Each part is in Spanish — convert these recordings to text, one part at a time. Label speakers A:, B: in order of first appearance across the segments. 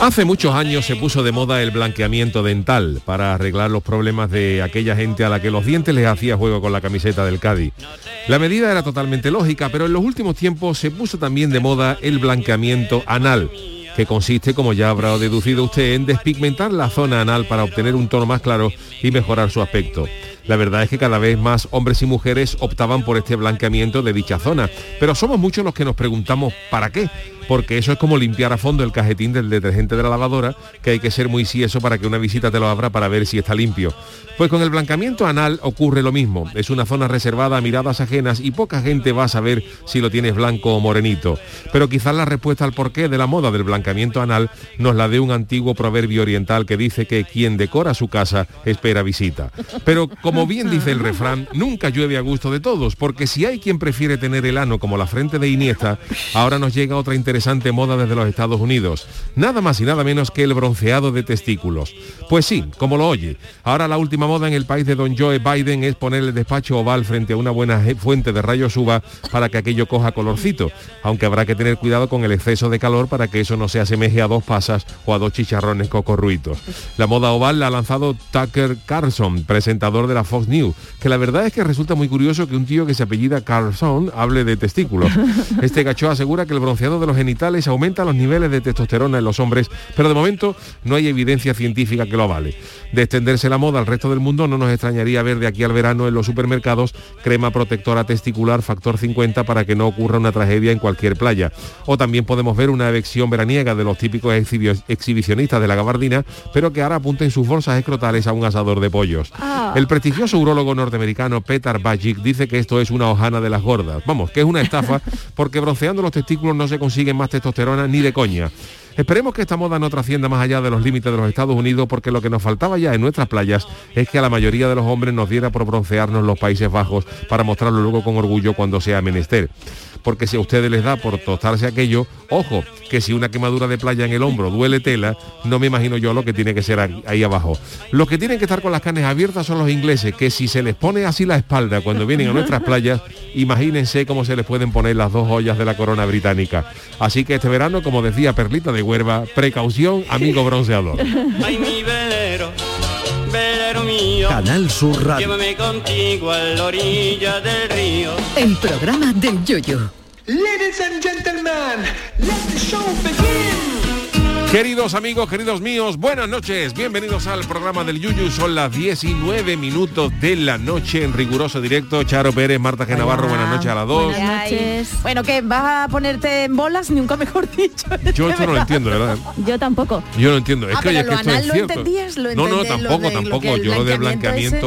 A: Hace muchos años se puso de moda el blanqueamiento dental para arreglar los problemas de aquella gente a la que los dientes les hacía juego con la camiseta del Cádiz. La medida era totalmente lógica, pero en los últimos tiempos se puso también de moda el blanqueamiento anal, que consiste, como ya habrá deducido usted, en despigmentar la zona anal para obtener un tono más claro y mejorar su aspecto. La verdad es que cada vez más hombres y mujeres optaban por este blanqueamiento de dicha zona, pero somos muchos los que nos preguntamos ¿para qué? Porque eso es como limpiar a fondo el cajetín del detergente de la lavadora, que hay que ser muy sieso para que una visita te lo abra para ver si está limpio. Pues con el blanqueamiento anal ocurre lo mismo. Es una zona reservada a miradas ajenas y poca gente va a saber si lo tienes blanco o morenito. Pero quizás la respuesta al porqué de la moda del blanqueamiento anal nos la dé un antiguo proverbio oriental que dice que quien decora su casa espera visita. Pero como bien dice el refrán, nunca llueve a gusto de todos, porque si hay quien prefiere tener el ano como la frente de Iniesta, ahora nos llega otra interesante moda desde los Estados Unidos. Nada más y nada menos que el bronceado de testículos. Pues sí, como lo oye. Ahora la última moda en el país de Don Joe Biden es poner el despacho oval frente a una buena fuente de rayos UVA para que aquello coja colorcito, aunque habrá que tener cuidado con el exceso de calor para que eso no se asemeje a dos pasas o a dos chicharrones cocorruitos. La moda oval la ha lanzado Tucker Carlson, presentador de la Fox News, que la verdad es que resulta muy curioso que un tío que se apellida Carlson hable de testículos. Este gacho asegura que el bronceado de los genitales aumenta los niveles de testosterona en los hombres, pero de momento no hay evidencia científica que lo avale. De extenderse la moda al resto del mundo, no nos extrañaría ver de aquí al verano en los supermercados crema protectora testicular factor 50 para que no ocurra una tragedia en cualquier playa. O también podemos ver una elección veraniega de los típicos exhibicionistas de la gabardina, pero que ahora apunten sus bolsas escrotales a un asador de pollos. El prestigioso urólogo norteamericano Peter Bajic dice que esto es una hojana de las gordas. Vamos, que es una estafa porque bronceando los testículos no se consigue más testosterona ni de coña. Esperemos que esta moda no trascienda más allá de los límites de los Estados Unidos porque lo que nos faltaba ya en nuestras playas es que a la mayoría de los hombres nos diera por broncearnos los Países Bajos para mostrarlo luego con orgullo cuando sea menester. Porque si a ustedes les da por tostarse aquello, ojo, que si una quemadura de playa en el hombro duele tela, no me imagino yo lo que tiene que ser ahí abajo. Los que tienen que estar con las carnes abiertas son los ingleses, que si se les pone así la espalda cuando vienen a nuestras playas, imagínense cómo se les pueden poner las dos ollas de la corona británica. Así que este verano, como decía Perlita de Huerva. Precaución, amigo bronceador.
B: Ay, mi velero, velero mío.
C: Canal Sur Radio.
B: Llévame contigo a la orilla del río.
D: El programa del yoyo.
E: Ladies and gentlemen, let the show begin.
A: Queridos amigos, queridos míos, buenas noches. Bienvenidos al programa del Yuyu. Son las 19 minutos de la noche en riguroso directo. Charo Pérez, Marta G. Navarro, buenas noches a las dos.
F: Buenas noches. Bueno, que vas a ponerte en bolas, nunca mejor dicho.
A: Yo esto no lo entiendo, ¿verdad?
F: Yo tampoco.
A: Yo no entiendo. Es
F: Ah,
A: que, oye,
F: pero
A: es que esto
F: lo anal
A: es
F: lo
A: cierto.
F: entendías,
A: no,
F: lo
A: no,
F: entendés, lo
A: tampoco,
F: de- lo
A: tampoco.
F: que el
A: Yo lo del
F: blanqueamiento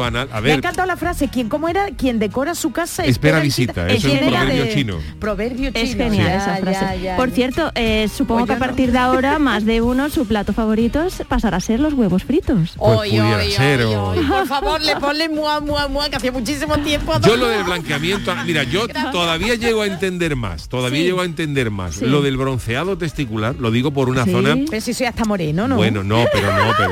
A: blanqueamiento
F: ese.
A: anal. A
F: Me ha
A: ver,
F: encantado la frase, quien cómo era, quien decora su casa
A: Espera visita,
F: Es
A: eso es un
F: genial.
A: proverbio chino.
F: Proverbio chino.
G: Es genial
F: Ya,
G: esa frase.
F: ya, ya.
G: Por cierto, eh, supongo
F: Pues
G: que
F: yo no.
G: a partir de ahora más de uno su plato favorito pasará a ser los huevos fritos.
A: pues
F: Oy,
A: pudiera
F: oy, oy,
A: ser, o-
F: oy, Por favor, le ponle mua, mua, mua, que hacía muchísimo tiempo.
A: Yo lo del blanqueamiento, mira, yo todavía llego a entender más, todavía llego a entender más.
G: Sí.
A: Lo del bronceado testicular, lo digo por una
G: Sí.
A: zona
F: Pero si soy hasta moreno, ¿no?
A: Bueno, no, pero no, pero.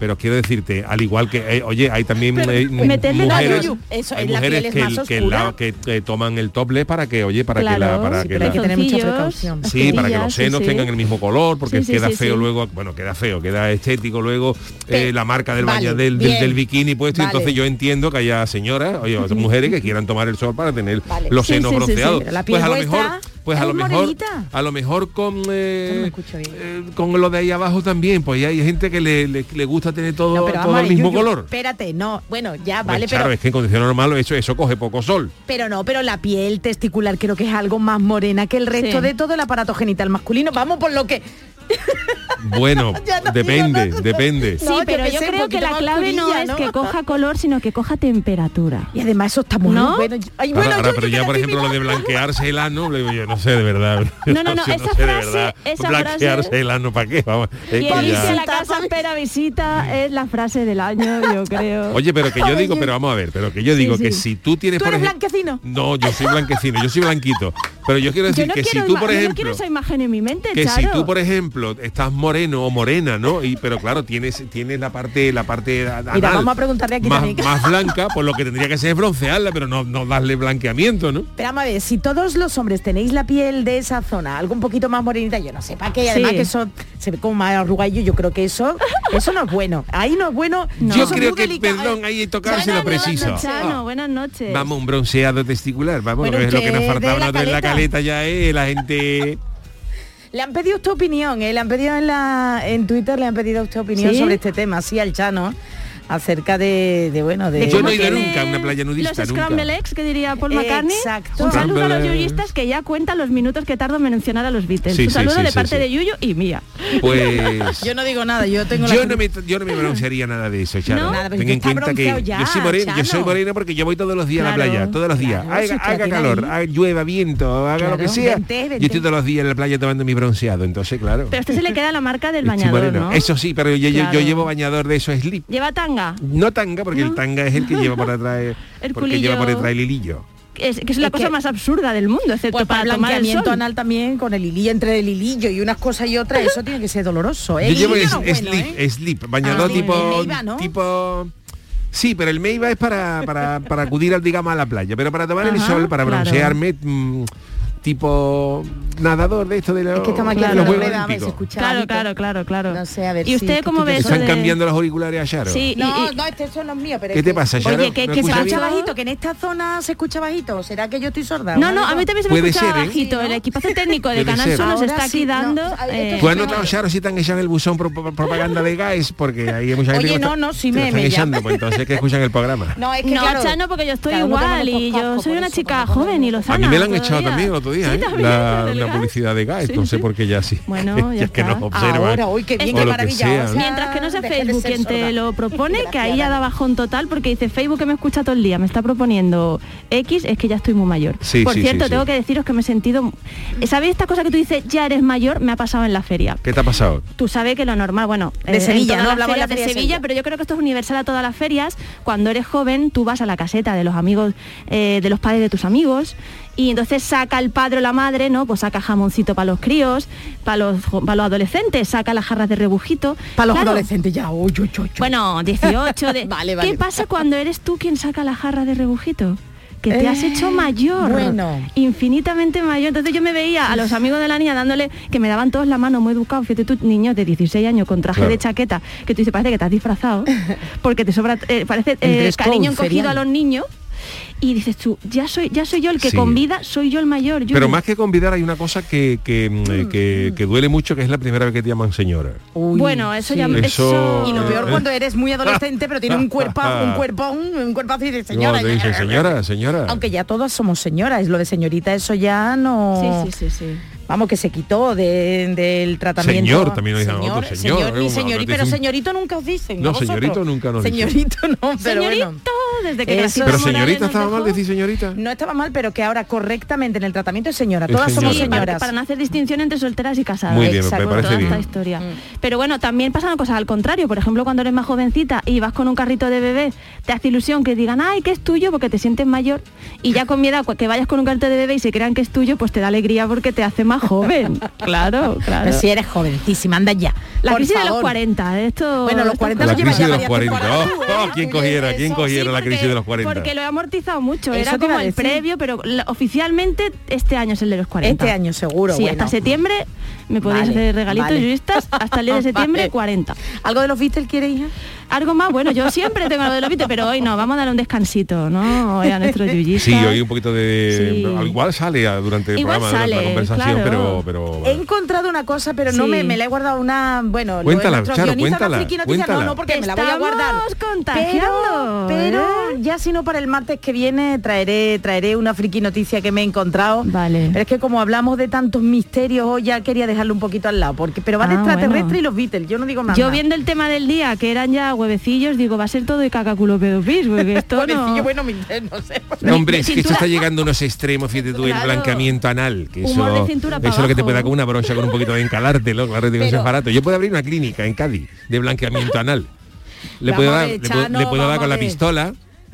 A: Pero quiero decirte, al igual que, eh, oye, hay también eh, mu-
G: meterle la
A: mujeres,
F: yuyu. Eso,
A: hay
F: en la
A: mujeres
F: piel es
A: que,
F: más
A: que la-
F: oscura.
A: que, eh, toman el topless para que, oye, para que la,
G: Claro,
A: para
G: sí,
A: que
F: pero
A: la-
F: hay que tener mucha
G: Calzoncillos,
F: precaución.
A: Sí, para que los
G: costillas, sí,
A: senos
G: sí.
A: tengan el mismo color, porque
G: Sí, sí,
A: queda
G: sí,
A: feo
G: sí.
A: luego, bueno, queda feo, queda estético luego eh, la marca del
F: vale,
A: baña- del, del-
F: bien.
A: del bikini puesto. y
F: Vale.
A: entonces yo entiendo que haya señoras, oye, mujeres que quieran tomar el sol para tener
F: Vale.
A: los
G: Sí,
A: senos
G: sí, sí, sí.
A: bronceados.
F: Pero la piel
A: Pues a lo
F: vuestra
A: mejor, pues a
F: es
A: lo mejor,
F: morenita.
A: a lo mejor con eh,
F: Yo no me escucho bien.
A: eh, con lo de ahí abajo también, pues hay gente que le, le- le gusta tener todo,
F: No, pero
A: todo
F: vamos,
A: el mismo
F: Yuyu,
A: color.
F: Espérate, no. Bueno, ya,
A: Hombre,
F: vale,
A: claro,
F: pero,
A: es que en condiciones normales eso, eso coge poco sol.
F: pero no, pero la piel testicular creo que es algo más morena que el resto
G: Sí.
F: de todo el aparato genital masculino. Vamos por lo que
A: Bueno,
F: Ya no
A: depende,
F: digo, no.
A: depende.
G: Sí,
F: No, yo
G: pero
F: qué
G: yo,
F: sé, un
G: creo que
F: poquito
G: la
F: más
G: clave no
F: oscurilla,
G: es
F: ¿no?
G: que coja color, sino que coja temperatura.
F: Y además eso está muy
G: ¿No?
F: bueno. Ay,
A: Ahora-
F: bueno,
A: ahora,
F: yo-
A: pero
F: yo
A: ya,
F: que
A: por
F: la
A: ejemplo, lo de
F: estoy mirando.
A: blanquearse el ano, le digo yo no sé, de verdad.
G: No, no, no,
A: sé,
G: esa
A: sé, de
G: frase-
A: verdad.
G: esa
A: blanquearse
G: frase-
A: el ano, ¿para qué? Vamos, es
G: Y
A: que
G: el
A: ya-
G: irse a la casa espera
F: pues.
G: visita es la frase del año, yo creo.
A: Oye, pero que yo digo, pero vamos a ver, pero que yo digo
G: sí.
A: que si tú tienes
F: ¿Tú
A: por
F: eres
A: ejem-
F: blanquecino?
A: No, yo soy blanquecino, yo soy blanquito. Pero yo quiero decir
G: yo no
A: que si
G: quiero,
A: tú,
G: ima-
A: por
G: yo no
A: ejemplo,
G: quiero esa imagen en mi mente,
A: que si
G: Charo.
A: tú, por ejemplo, estás moreno o morena, ¿no? Y pero claro, tienes tienes la parte la parte a- anal
F: vamos a preguntarle aquí
A: más,
F: también.
A: más blanca, por lo que tendría que ser es broncearla, pero no no darle blanqueamiento, ¿no?
F: Pero vamos a ver, si todos los hombres tenéis la piel de esa zona, algo un poquito más morenita, yo no sé para qué, y además
G: Sí.
F: que eso se ve como más arrugallo, yo creo que eso eso no es bueno. Ahí no es bueno.
A: Yo
F: eso es
A: creo
F: muy
A: que,
F: delicado.
A: perdón, ahí
G: Buenas
A: tocarse lo
G: noches,
A: preciso.
G: Chano, buenas noches.
A: Vamos, un bronceado testicular, vamos,
F: Bueno,
A: que es lo que
F: que
A: nos faltaba
F: de la
A: una vez en la
F: caleta.
A: caleta ya, eh, la gente...
F: Le han pedido usted opinión, ¿eh? le han pedido en, la, en Twitter, le han pedido a usted opinión
G: ¿Sí?
F: sobre este tema, sí, al Chano, acerca de, de, bueno, de...
G: ¿De
A: Yo
G: cómo
A: no he ido
G: tiene
A: nunca a una playa nudista,
G: Los
A: nunca.
G: scramble eggs, que diría Paul McCartney.
F: Exacto.
G: Un saludo a los
A: Scramble eggs.
G: yuyistas que ya cuentan los minutos que tardo en mencionar a los Beatles.
A: Sí,
G: un
A: sí,
G: saludo
A: sí,
G: de
A: sí, sí.
G: parte de Yuyo y mía.
A: Pues...
F: Yo no digo nada, yo tengo la...
A: Yo no, me, yo no me broncearía nada de eso, Charo.
G: No,
F: nada, pero
A: Ten en
F: está
A: cuenta que
F: bronceado ya,
A: yo soy moreno, yo soy
F: Chano.
A: moreno porque yo voy todos los días a la
G: Claro,
A: playa, todos los días.
F: claro,
A: haga
F: si te la
A: haga
F: tiene
A: calor,
F: ahí.
A: haga- llueva, viento, haga lo
F: Claro,
A: que sea.
F: vente,
A: Yo
F: vente.
A: estoy todos los días en la playa tomando mi bronceado, entonces claro.
G: Pero a usted se le queda la marca del
A: estoy
G: bañador,
A: moreno.
G: ¿no?
A: Eso sí, pero yo, yo- yo
G: Claro.
A: llevo bañador de eso slip.
G: Lleva tanga,
A: No tanga, porque el tanga es el que lleva por atrás
G: El
A: porque lleva por
G: culillo.
A: detrás el hilillo.
G: que es, que es la
F: Es
G: cosa
F: que-
G: más absurda del mundo, excepto
F: Pues para
G: para tomar el sol.
F: blanqueamiento anal también, con el hilillo, entre el hilillo y unas cosas y otras, eso tiene que ser doloroso. ¿eh?
A: Yo
F: El
A: llevo
F: hilillo
A: es-
F: no es bueno,
A: slip,
F: ¿eh?
A: slip, bañador
F: Ah,
A: tipo,
F: el Meiba, ¿no?
A: tipo. Sí, pero el Meiba es para, para, para acudir al, digamos, a la playa. Pero para tomar el
G: Ajá,
A: sol, para
G: claro.
A: broncearme, mm, tipo nadador de esto de los,
F: Es que estamos aquí
A: de
G: Claro,
A: los
G: no
A: Juegos
F: le damos,
A: Olímpicos.
F: escucha.
G: Claro,
F: Chavito.
G: claro, claro, claro.
F: No sé, a ver,
G: ¿Y
F: sí,
G: usted
F: ¿tú
G: cómo
F: qué
G: ve eso
F: piensas?
A: Están
G: de-
A: cambiando los auriculares a Charo.
G: Sí, y-
F: No,
G: y-
F: no, estos son los míos, pero
A: ¿Qué
F: es
A: te
F: que-
A: pasa, Charo?
G: Oye, que-
A: ¿No
G: que se
F: ¿Se
A: escuchas
F: escucha
A: bien?
G: Charo.
F: bajito? ¿Que en esta zona se escucha bajito? ¿Será que yo estoy sorda?
G: No, no, a mí también se me
A: Puede
G: escucha
A: ser, ¿eh?
G: bajito. El equipazo técnico de
A: Puede
G: Canal
A: ser.
G: Sur nos
F: Ahora
G: está
F: sí,
G: aquí
F: no,
G: dando...
F: a ver,
G: eh,
F: esto
A: ¿Tú has notado, Charo, si te han echado en el buzón pro- pro- propaganda de GAES? Porque ahí hay mucha gente
F: Oye,
A: que lo
F: no,
A: está-
F: no, sí
A: que
F: me-
A: lo están
F: me llama.
A: echando, pues entonces que escuchan el programa.
F: No, es que
G: no,
F: claro,
G: Chano, porque yo estoy
F: cada uno
G: igual
F: tenemos
G: y
F: dos
G: yo
F: cascos,
G: soy
F: por
G: una
F: eso,
G: chica
F: cada uno
G: joven y
F: tenemos-
G: lozana.
A: a mí me la han echado
G: todavía.
A: también el otro día,
G: Sí,
A: ¿eh?
G: también,
A: la,
G: del
A: la
G: gas.
A: publicidad de GAES,
G: Sí,
A: no sé
G: sí.
A: por qué ya sí.
G: Bueno, ya
A: es que
G: está.
A: nos observan.
F: Ahora, uy, qué bien,
A: o
F: qué
A: lo que
F: maravilla,
A: sea.
F: o sea,
G: Mientras que no sea
F: Deja de
G: Facebook
F: ser
G: quien te
F: sorda.
G: lo propone, que ahí
F: Gracias,
G: ya da
F: Dani.
G: bajón total porque dice Facebook que me escucha todo el día, me está proponiendo X, es que ya estoy muy mayor.
A: Sí,
G: Por
A: sí,
G: cierto,
A: sí,
G: tengo
A: sí.
G: que deciros que me he sentido... ¿Sabéis esta cosa que tú dices, ya eres mayor? Me ha pasado en la feria.
A: ¿Qué te ha pasado?
G: Tú sabes que lo normal, bueno, eh,
F: De
G: en
F: Sevilla,
G: todas
F: ¿no?
G: las
F: Hablaba
G: ferias
F: la
G: de
F: feria de
G: Sevilla,
F: Sevilla.
G: pero yo creo que esto es universal a todas las ferias. Cuando eres joven, tú vas a la caseta de los amigos, eh, de los padres de tus amigos, y entonces saca el padre o la madre, ¿no? Pues saca jamoncito para los críos, para los, jo- pa' los adolescentes, saca las jarras de rebujito.
F: Para los
G: Claro,
F: adolescentes ya, uy, uy, uy, uy.
G: Bueno, 18 de...
F: Vale, vale.
G: ¿Qué pasa cuando eres tú quien saca la jarra de rebujito? Que te has
F: Eh,
G: hecho mayor,
F: bueno.
G: infinitamente mayor. Entonces yo me veía a los amigos de la niña dándole, que me daban todos la mano muy educados. Fíjate tú, niños de 16 años con traje
A: Claro.
G: de chaqueta, que tú dices, parece que te has disfrazado, porque te sobra, eh, parece
F: El
G: eh,
F: dress code
G: cariño encogido a
F: ferial.
G: los niños. Y dices tú, ya soy, ya soy yo el que
A: Sí.
G: con vida, soy yo el mayor. Yuyu".
A: Pero más que convidar hay una cosa que, que, mm, eh, que- que duele mucho, que es la primera vez que te llaman señora.
F: Uy,
G: Bueno, eso
F: sí.
G: ya...
A: Eso-
F: Y lo peor cuando eres muy adolescente, pero tiene un cuerpo, un cuerpo, un, un cuerpazo y de señora.
A: Como te dicen, señora, señora.
F: Aunque ya todas somos señoras, lo de señorita eso ya
A: eh,
F: no...
G: Sí, sí, sí, sí.
F: Vamos, que se quitó de- del tratamiento.
A: Señor, también lo dicen a
F: señor,
A: otro, señor,
F: señor,
A: ¿eh?
F: ni
A: Como
F: señorita,
A: nos
F: pero
A: dicen-
F: señorito nunca os dicen.
A: No,
F: ¿a vosotros?
A: señorito nunca nos dicen.
F: Señorito no, pero
G: Señorito,
F: bueno.
G: desde que
F: Eso.
G: Graciela
A: Pero
G: Morales
A: señorita,
G: nos
A: ¿estaba mal
G: dejó.
A: decir señorita?
F: No estaba mal, pero que ahora correctamente en el tratamiento es señora.
A: Es
F: Todas somos
G: Sí,
A: señora.
G: para,
F: señoras.
G: para no hacer distinción entre solteras y casadas.
A: Muy bien, me
F: Exacto,
A: parece
G: toda
A: bien.
G: esta historia.
F: Mm.
G: Pero bueno, también pasan cosas al contrario. Por ejemplo, cuando eres más jovencita y vas con un carrito de bebé, te hace ilusión que digan, ay, que es tuyo porque te sientes mayor. Y ya con miedo a que vayas con un carrito de bebé y se crean que es tuyo, pues te da alegría porque te hace más joven. claro, claro.
F: Pero si eres jovencísima, anda ya.
G: La
F: Por
G: crisis de los
F: favor.
G: 40, esto...
F: Bueno, los 40
A: La
F: Entonces lleva
A: crisis
F: ya
A: de los
F: varias
A: 40.
F: temporadas,
A: Oh,
F: ¿eh?
A: ¿Quién cogiera? ¿Quién
F: Eso,
A: cogiera
G: Sí,
A: la
G: porque-
A: crisis de los 40?
G: Porque lo he amortizado mucho,
F: Eso
G: era
F: te iba
G: como
F: a
G: el
F: decir.
G: previo, pero la- oficialmente este año es el de los 40.
F: Este año seguro,
G: Sí, hasta
F: bueno.
G: septiembre me podéis
F: Vale,
G: hacer regalitos
F: vale.
G: yuristas, hasta el día de septiembre
F: Vale.
G: 40.
F: ¿Algo de los Beatles quiere, hija?
G: Algo más, bueno, yo siempre tengo algo de los Beatles, pero hoy no, vamos a darle un descansito, ¿no? Hoy a nuestros yuyistas.
A: Sí, hoy un poquito de...
G: Sí.
A: al- Igual sale ah, durante el
G: Igual
A: programa, durante la
G: sale,
A: conversación,
G: claro.
A: pero... pero
F: He encontrado una cosa, pero no
G: Sí.
F: me, me la he guardado una... Bueno, lo de
A: Cuéntala,
F: nuestros
A: Charo,
F: guionistas, una
A: cuéntala,
F: friki noticia,
A: cuéntala.
F: No, no, porque
G: Te
F: me la voy a guardar.
G: estamos contagiando,
F: Pero, pero
G: ¿Eh?
F: ya si no para el martes que viene traeré, traeré una friki noticia que me he encontrado.
G: Vale.
F: Pero es que como hablamos de tantos misterios hoy ya quería dejarlo un poquito al lado, porque pero va de
G: Ah,
F: extraterrestre
G: bueno.
F: y los Beatles, yo no digo más.
G: Yo
F: nada.
G: viendo el tema del día, que eran ya huevecillos, digo, va a ser todo de cacaculo pedopis, porque esto
F: Pobrecillo,
G: no...
F: bueno, mi- no sé.
A: No, hombre, es
G: Sin
A: que esto está
G: cintura.
A: llegando a unos extremos, fíjate tú, el
G: Claro.
A: blanqueamiento anal, que eso,
G: Humor de cintura
A: eso
G: para
A: es lo que te
G: abajo.
A: puede dar con una brocha con un poquito de encalártelo, claro, digo, eso es
F: Pero-
A: barato. Yo puedo abrir una clínica en Cádiz de blanqueamiento anal. Le
F: Vamos
A: puedo
F: a
A: dar,
F: ver,
A: le puedo,
F: Chano,
A: le puedo dar
F: vamos
A: con
F: a
A: la
F: ver.
A: pistola.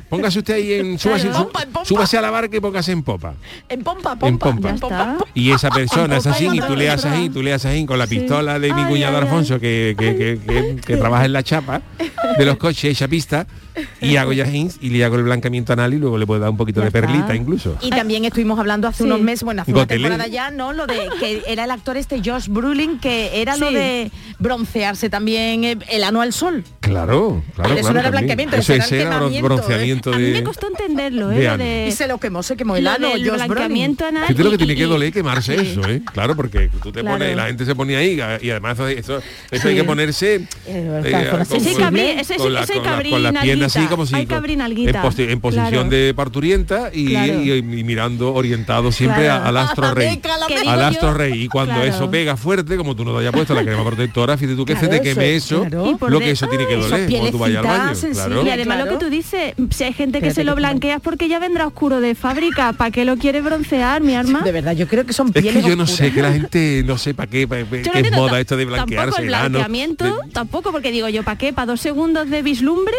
A: Póngase usted ahí en. Súbase,
F: En pompa, en pompa.
A: súbase a la barca y póngase en popa.
F: En pompa, pompa.
A: En pompa.
G: Ya está.
A: Y esa persona es
F: Pompa y
A: así, y tú le haces
G: otra.
A: ahí, tú le haces ahí con la
G: Sí.
A: pistola de mi
G: Ay,
A: cuñado
G: ay, ay.
A: Alfonso, que, que, que- que- que trabaja en la chapa de los coches, esa pista, y hago ya jeans, y le hago el blanqueamiento anal y luego le puedo dar un poquito
G: Ya
A: de
G: está.
A: perlita incluso.
F: Y también estuvimos hablando hace
G: Sí.
F: unos meses, bueno, hace
A: Gotelé.
F: una temporada ya, ¿no? Lo de que era el actor este Josh Brolin, que era lo
G: Sí.
F: de broncearse también eh, el ano al sol.
A: Claro, claro,
F: Pero eso no
A: claro,
F: era
A: también.
F: blanqueamiento,
A: Eso
F: eso era
A: es era bron-
F: quemamiento, ¿eh?
A: bronceamiento
G: A mí me
A: de...
G: costó entenderlo,
A: de
G: ¿eh? Lo
A: ano.
G: de-
F: Y se lo quemó, se quemó el
G: lo
F: ano,
G: del
F: Josh Brolin.
G: blanqueamiento anal
A: Fíjate lo
G: y-
A: que tiene que
G: y-
A: doler quemarse
G: Sí.
A: eso, ¿eh? Claro, porque tú te
G: Claro.
A: pones, la gente se ponía ahí y además eso, eso, eso
F: Sí.
A: hay que ponerse
F: Eh, claro,
A: con-
G: ese
A: con-
G: cabrí- ese-
A: con la-
G: ese
A: con la-
G: cabrín
A: con las piernas así
G: alguita.
A: como si
G: Hay
A: con-
G: cabrín alguita.
A: en, posi- en posición
G: Claro.
A: de parturienta y,
G: Claro.
A: y- y mirando orientado siempre
G: Claro.
A: a- al astro rey.
F: Venga, la
G: Que
F: venga.
G: digo
A: al
G: yo-
A: astro rey y cuando
G: Claro.
A: eso pega fuerte como tú no te hayas puesto la crema protectora fíjate tú que
F: Claro,
A: se te queme
F: eso,
A: eso
F: claro. Y
G: por
A: lo
G: de-
A: que eso tiene que
G: ¡Ay!
A: doler
F: Esas
A: cuando tú vayas al
F: pielecitas
A: baño
F: sensibles,
A: claro.
G: Y además
F: Claro.
G: lo que tú dices, si hay gente que
F: Espérate
G: se lo
F: que te-
G: blanquea es porque ya vendrá oscuro de fábrica, ¿para qué lo quiere broncear, mi arma?
F: De verdad, yo creo que son
A: Es
F: pieles
A: que yo no
F: oscuras.
A: sé, que la gente no sé para qué, pa- pa-
G: Yo no
A: qué es
G: entiendo
A: moda
G: ta-
A: esto de blanquearse
G: Tampoco el
A: el ano,
G: blanqueamiento,
A: de-
G: tampoco, porque digo yo, ¿para qué? ¿Para dos segundos de vislumbre?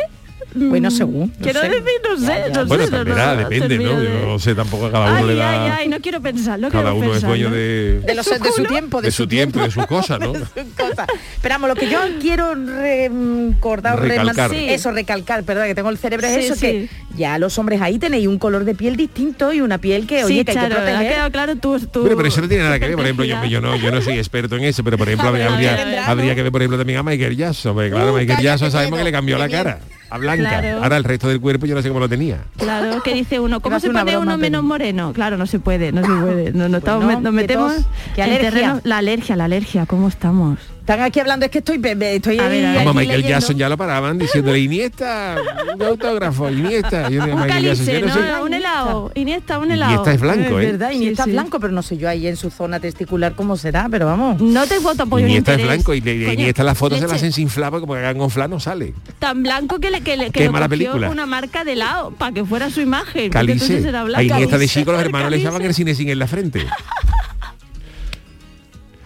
G: Mm,
F: Bueno, según, no
G: Quiero
F: sé.
G: decir, no
F: Ya,
G: sé,
F: ya.
G: no sé,
A: Bueno,
G: no-
A: también ah,
G: no
A: depende,
G: termino
A: ¿no?
G: de-
A: Yo no sé, tampoco cada uno le
G: Ay, ay,
A: da...
G: ay, no quiero pensarlo,
A: cada
G: quiero
A: uno es dueño
G: pensarlo.
A: de,
F: de, los, de su tiempo, de,
A: de su tiempo, y de sus cosas, ¿no?
F: Cosa. Pero vamos, lo que yo quiero recordar,
A: Recalcar.
F: remar-
G: Sí.
F: eso, recalcar, perdón, que tengo el cerebro,
G: Sí,
F: es eso
G: sí.
F: que ya los hombres ahí tenéis un color de piel distinto y una piel que, oye,
G: sí,
F: que hay que
G: Charo, ha
F: proteger.
G: quedado claro tú. tú
A: Bueno, pero eso no tiene nada que ver, por ejemplo, yo, yo no, yo no soy experto en eso, pero por ejemplo
F: A ver,
A: habría,
F: a ver,
A: habría-
F: a ver.
A: habría que ver, por ejemplo, también a Michael Jackson, porque claro,
F: Uh,
A: Michael
F: cállate,
A: Jackson sabemos
F: bueno,
A: que le cambió la
F: qué bien.
A: cara a blanca,
G: Claro.
A: ahora el resto del cuerpo yo no sé cómo lo tenía.
G: Claro, que dice uno, ¿cómo
F: Era
G: se
F: una
G: pone
F: broma,
G: uno menos
F: pero-
G: moreno? Claro, no se puede, no se puede. No,
A: Pues
G: no estamos,
F: Bueno,
G: nos
F: qué
G: metemos
F: tos, qué
G: en
F: alergia.
G: terreno- La alergia, la alergia, ¿cómo estamos?
F: Están aquí hablando, es que estoy, be- be- estoy
G: A ver, a
F: ahí,
G: ver.
A: Como a
F: aquí
A: Michael
F: leyendo.
A: Jackson ya lo paraban diciéndole, Iniesta, un autógrafo, Iniesta. Yo digo,
G: Un
A: Michael Jackson,
G: calice,
A: yo no
G: ¿no?
A: sé-
G: Un helado. Iniesta, un helado.
A: Iniesta es blanco,
F: Es
A: ¿eh?
F: verdad, y
G: Sí,
F: está
G: sí.
F: blanco, pero no sé yo ahí en su zona testicular cómo será, pero
A: Mm.
F: vamos.
G: No te voto por un
A: Iniesta es
G: interés.
A: blanco y, le-
G: Coño,
A: Iniesta las fotos se las
G: leche,
A: hacen sin flapa como que hagan con flan no sale.
G: Tan blanco que le que, le, que
A: Qué
G: lo
A: mala
G: cogió
A: película.
G: una marca de helado para que fuera su imagen. porque
A: Calice.
G: entonces era
A: A
G: blanco.
A: Iniesta de
G: Calice,
A: chico los hermanos le
G: calice.
A: echaban el cine sin en la frente.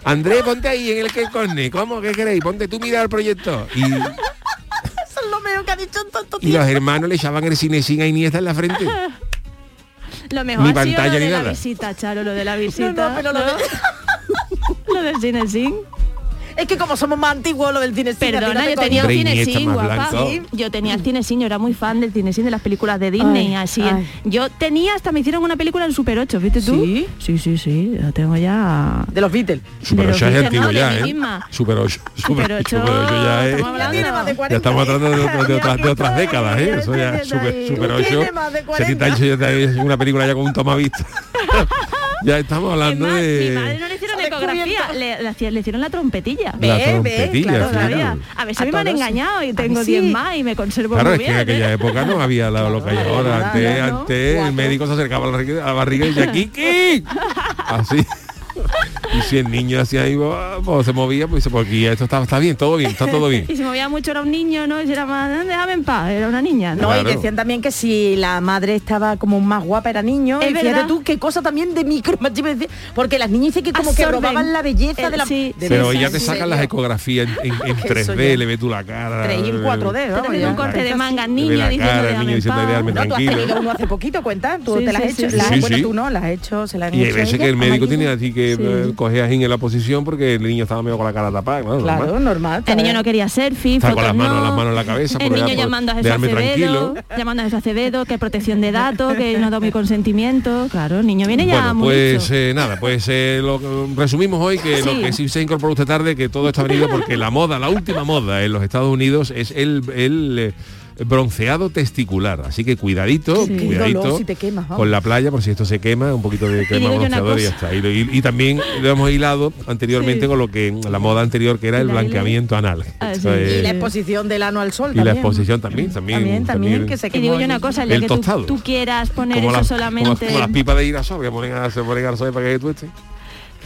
A: Andrés, ponte ahí en el que corne. ¿Cómo? ¿Qué queréis? Ponte tú mira el proyector. Y,
F: Eso es lo mejor que ha dicho en tanto
A: y los hermanos le echaban el cine sin a Iniesta en la frente.
G: Lo mejor
A: Ni
G: ha sido
A: pantalla
G: lo
A: ni
G: de
A: nada.
G: la visita, Charo, lo de la visita.
F: No, no, pero lo
G: de... lo del cine sin.
F: Es que como somos más antiguos, lo del cine cine, a ti no
G: Perdona,
F: te
G: yo tenía
A: Hombre,
G: el cine
A: Iniesta
G: sin,
A: más
G: guapa.
A: blanco.
G: Sí, Yo tenía el cine sin, yo era muy fan del cine sin, de las películas de Disney.
F: Ay,
G: así.
F: ay.
G: Yo tenía, hasta me hicieron una película en Super 8, ¿viste tú?
F: ¿Sí?
G: sí, sí, sí, la tengo ya...
F: De los Beatles.
A: Super
G: Pero
A: 8 es
G: fíjate,
A: antiguo
G: no, de
A: ya,
G: mí
A: ¿eh?
G: misma.
A: Super 8. Super
G: Super
A: 8
G: 8,
A: ya es.
G: estamos hablando.
F: Tiene más de
A: Ya
F: 40.
A: estamos hablando de, otra- de otras, de otras décadas, ¿eh? Eso ya,
F: Tiene
A: super,
F: ahí-
A: super
F: tiene
A: 8.
F: más de
A: Si a ti te han
F: 40.
A: hecho ya te- es una película ya con un tomavista. ya estamos
G: Es
A: hablando
G: más, mi madre
A: de...
G: no le hicieron
F: Se ha
G: ecografía,
F: descubierto.
G: le, le hacían- le hicieron la trompetilla.
A: La
F: Ve, ve,
A: trompetilla,
F: claro,
A: fíjate.
G: Todavía. A ver si
F: A
G: a mí me han
F: todos.
G: engañado
F: A
G: y tengo
F: mí sí.
G: 10 más y me conservo
A: Claro,
G: muy
A: es que
G: bien.
A: en
G: ¿eh?
A: aquella época no había la- lo que hay ahora.
F: nada,
A: Antes,
F: ¿no?
A: antes el
F: Cuatro.
A: médico se acercaba a la, barriga- a la barriga y decía, ¡Kiki! Así. Y si el niño hacía ahí, pues, se movía, pues dice, pues aquí esto está, está bien, todo bien, está todo bien.
G: Y se movía mucho, era un niño, ¿no? Y si era más, "Ah, déjame en paz, era una niña. ¿no?
F: No,
A: Claro.
F: y decían también que si la madre estaba como más guapa era niño.
G: Es
F: y fíjate
G: verdad.
F: tú qué cosa también de micro. Porque las niñas dicen que como que
G: Absorben.
F: robaban la belleza
G: Eh,
F: de la...
G: sí,
F: de
A: Pero
F: verdad,
A: ya te
F: ¿en
A: sacan
F: serio?
A: las ecografías en, en- en
F: Eso
A: 3D,
F: ya.
A: le ve tú la cara.
F: Tres y en 4D,
G: Te
F: ¿no?
G: hacen un
F: Ya.
G: corte de manga,
A: Te ve
G: niño,
A: la cara, el
G: diciendo,
A: niño diciendo,
G: "Déjame
A: "Déjame
G: en
F: No,
G: paz".
F: tú has tenido
A: Tranquilo. ¿eh?
F: uno hace poquito, cuenta. Tú
G: Sí,
F: te las
G: sí,
F: has hecho.
G: sí,
F: las-
A: sí.
F: bueno,
A: Sí,
F: tú
A: sí.
F: no, las has hecho. Se las han
A: Y hay
F: hecho
A: veces
F: ellas.
A: que el
F: Ah,
A: médico
F: Marilyn.
A: tiene así que
G: Sí.
A: eh, coge así en la posición porque el niño estaba medio con la cara tapada, claro.
F: Claro,
A: normal.
F: normal.
G: El niño no quería selfie,
A: Está con
G: fotos
A: las manos,
G: no.
A: las manos en la cabeza,
G: El
A: por
G: niño
A: allá, por-
G: llamando a Jesús
A: dejarme
G: Acevedo, llamando a Jesús Acevedo, que protección de datos, que no doy mi consentimiento. Claro, el niño viene ya
A: Bueno,
G: muy
A: pues
G: hecho.
A: eh, nada, pues eh, lo, resumimos hoy que lo
G: Sí.
A: que sí se incorporó usted tarde, que todo está venido porque la moda, la última moda en los Estados Unidos es el, el, eh, bronceado testicular. Así que cuidadito,
F: Sí. Qué
A: cuidadito
F: dolor si te quemas, vamos.
A: con la playa, por si esto se quema, un poquito de crema
G: digo yo una
A: bronceador y ya
G: cosa.
A: está. Y, lo- y- y también lo hemos hilado anteriormente
G: Sí.
A: con lo que la moda anterior que era el
G: La-
A: blanqueamiento anal.
G: Ah,
A: Esto
G: sí.
A: es-
F: Y la exposición del ano al sol
A: Eh. y la
F: también.
A: exposición también, también,
F: También, también, que se
G: Y digo yo una cosa, el día
A: eh, El
G: que tú,
A: tostado.
G: tú quieras poner
A: como
G: eso
A: las- como,
G: solamente...
A: como las pipas de girasol que ponen a, se ponen al sol para que tueste.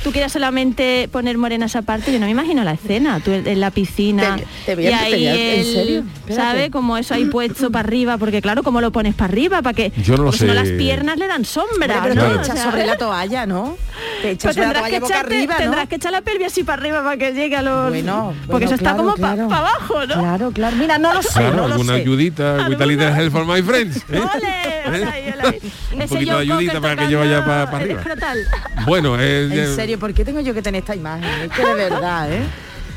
G: tú quieras solamente poner morenas aparte, yo no me imagino la escena, tú en en la piscina
F: Te- te voy a-
G: y
F: te
G: ahí
F: voy a- ¿en
G: el-
F: serio? Espérate.
G: ¿sabe? Como eso ahí puesto para arriba, porque claro, ¿cómo lo pones para arriba? Para que
A: Yo no lo
G: porque si
A: sé.
G: las piernas le dan
F: Hombre,
G: sombra,
F: pero
G: ¿no?
F: te
A: Claro.
G: O
F: echas
G: sea,
F: sobre la toalla, ¿no? Te echas
G: pues
F: sobre la
G: tendrás,
F: toalla
G: que
F: boca
G: echarte-
F: arriba, ¿no?
G: tendrás que echar la pelvis así para arriba para que llegue a los...
F: Bueno,
G: porque
F: bueno,
G: eso está
F: claro,
G: como para
F: claro.
G: abajo, ¿no?
F: Claro, claro. Mira, no lo sé,
A: Claro,
F: no lo
A: alguna
F: sé.
A: ayudita, with a little
G: Alguna-
A: help for my friends. ¿eh?
G: ¡Ole! Hola, ahí, hola, ahí.
A: Un
G: Ese
A: poquito de
G: John
A: ayudita
G: Cocker
A: para que yo
G: tocando
A: vaya para, para
G: el
A: arriba.
G: escrotal.
A: Bueno, eh, eh,
F: En serio, ¿por qué tengo yo que tener esta imagen? Es que de verdad, ¿eh?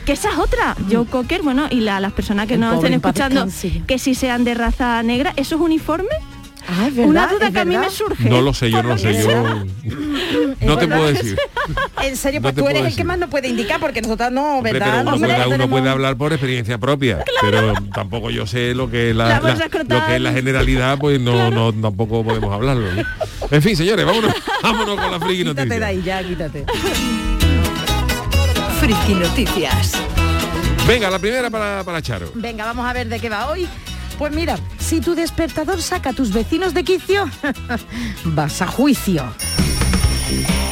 G: Que esa es otra. Joe Cocker, bueno, y la- las personas que
F: El
G: nos
F: pobre,
G: estén
F: en paz
G: escuchando,
F: descanse.
G: que si sean de raza negra, ¿eso es uniforme?
F: Ah, es
G: Una
F: verdad,
G: duda
F: es
G: que a mí
F: verdad.
G: me surge.
A: no lo sé, yo
G: Por
A: no lo sé,
G: que
A: yo
G: sea.
A: no te
F: Por lo
A: puedo
F: que
A: decir.
F: En serio,
A: No
F: pues
A: te
F: tú eres
A: puedo
F: el
A: decir.
F: que más nos puede indicar, porque nosotras no,
A: Hombre,
F: ¿verdad?
A: pero uno,
F: Hombre,
A: puede, uno
F: tenemos-
A: puede hablar por experiencia propia, pero tampoco yo sé lo que es la,
G: La bolsa
A: la-
G: escrotal.
A: lo que es la generalidad, pues no, no tampoco podemos hablarlo. ¿no? En fin, señores, vámonos, vámonos con la friki
F: Quítate de
A: noticia.
F: ahí ya, quítate.
D: Friki Noticias.
A: Venga, la primera para, para Charo.
F: Venga, vamos a ver de qué va hoy. Pues mira, si tu despertador saca a tus vecinos de quicio, vas a juicio.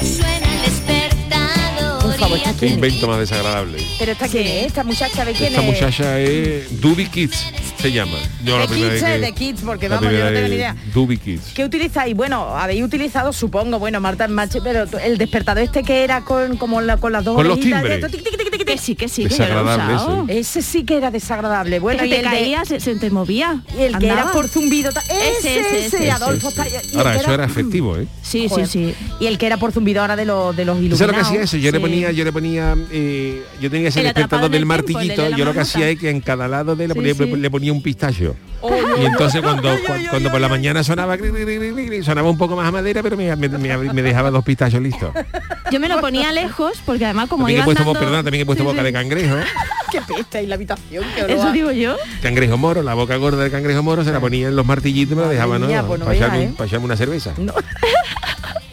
C: Suena el despertador.
F: Por favor,
C: y
F: ¿esta
C: a
A: Qué
F: quién es?
A: invento más desagradable.
F: Pero esta quién es? Esta muchacha, ¿de quién
A: Esta
F: es?
A: muchacha es Dubi Kids, se llama. Yo
F: De Kids, eh, de Kids, porque
A: la
F: vamos, yo no
A: primera
F: tengo ni
A: es
F: idea.
A: Dubi Kids.
F: ¿Qué utilizáis? Bueno, habéis utilizado, supongo, bueno, Marta en Machi, pero tú- el despertador este que era con, como la, con las dos
A: Con los
F: orejitas,
A: timbres.
F: esto, tic, tic, tic, tic, tic.
G: Que sí, que sí, que yo lo he
A: Desagradable
G: usado.
A: eso.
F: Ese sí que era desagradable. Bueno,
G: Que
F: y
G: te
F: el, de-
G: caía, se, se te movía.
F: y el que era
G: andaba.
F: por zumbido. ta-
G: Ese,
F: Ese,
G: ese,
F: ese,
G: ese,
F: Adolfo.
A: Sí,
F: ta-
A: sí.
F: y el
A: Este, Ahora,
F: que
A: eso era efectivo, ¿eh?
G: Sí, sí,
F: Joder.
G: sí.
F: Y el que era por zumbido ahora de los de los
A: Eso es lo que
F: iluminados.
A: hacía eso, yo le
G: sí.
A: ponía, yo le ponía, eh, yo tenía ese
G: El
A: despertador
G: atrapado en
A: del
G: el tiempo, el de la
A: martillito, yo lo que
G: marmota.
A: hacía es que en cada lado de la-
G: Sí,
A: le,
G: sí.
A: le ponía un pistacho.
F: Oh,
A: Y entonces cuando, cua- cuando por la mañana sonaba, gri, gri, gri, gri, gri, sonaba un poco más a madera, pero me, me- me- me dejaba dos pistachos listos.
G: Yo me lo ponía lejos porque además como
A: También he
G: iba
A: puesto, bo-
G: andando...
A: perdona, también he puesto
G: Sí,
A: boca
G: sí.
A: de cangrejo, ¿eh?
F: Qué peste y la habitación, qué olor.
G: Eso digo yo.
A: cangrejo moro, la boca gorda del cangrejo moro, se la ponía en los martillitos y me la
F: Madre
A: dejaba, ¿no?
F: mía, pues no
A: para, echarme,
F: veas,
A: un-
F: ¿eh?
A: para echarme una cerveza.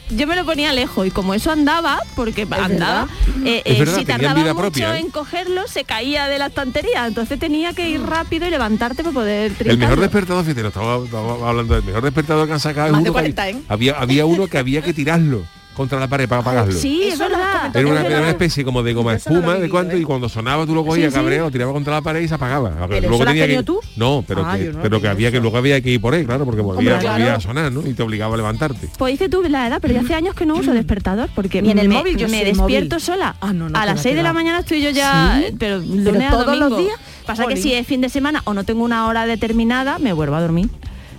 G: Yo me lo ponía lejos y como eso andaba, porque andaba, eh,
A: Es
G: eh,
A: verdad,
G: si
A: tenían
G: tardaba
A: vida
G: mucho
A: propia, ¿eh?
G: en cogerlo, se caía de la estantería. Entonces tenía que ir rápido y levantarte para poder
A: El mejor
G: trincarlo.
A: despertador, fíjate, lo estaba, estaba hablando del mejor despertador que han sacado. es
F: Más de
A: uno que
F: 40, ¿eh? Ah,
A: había, había uno que había que tirarlo contra la pared para apagarlo.
G: Sí, es
F: Eso lo has
G: verdad.
F: comentado
A: Era una,
G: es
A: era una
G: verdad.
A: especie como de goma
F: Eso no lo he
A: espuma de
F: vivido,
A: cuánto
F: ¿eh?
A: y cuando sonaba tú lo cogías
G: Sí, sí.
A: cabreo, lo tirabas contra la pared y se apagaba. Pero
F: eso lo has tenido tú?
A: No, pero
F: Ah,
A: que,
F: yo no lo
A: pero
F: he
A: que
F: tenido
A: había que
F: eso.
A: luego había que ir por él, claro, porque volvía,
F: Hombre,
A: volvía
F: claro.
A: a sonar, ¿no? Y te obligaba a levantarte.
G: Pues dice tú la edad, pero yo hace años que no uso despertador porque
F: Mm. Ni en el
G: me,
F: móvil, yo
G: me
F: sí, el
G: despierto
F: móvil.
G: sola.
F: Ah, no, no,
G: a
F: que
G: las
F: va,
G: 6
F: que
G: de la
F: va.
G: mañana estoy yo ya, eh,
F: ¿Sí?
G: pero
F: ¿Pero
G: lunes a
F: todos los
G: domingo.
F: días?
G: Pasa que
F: Jolín.
G: si es fin de semana o no tengo una hora determinada, me vuelvo a dormir.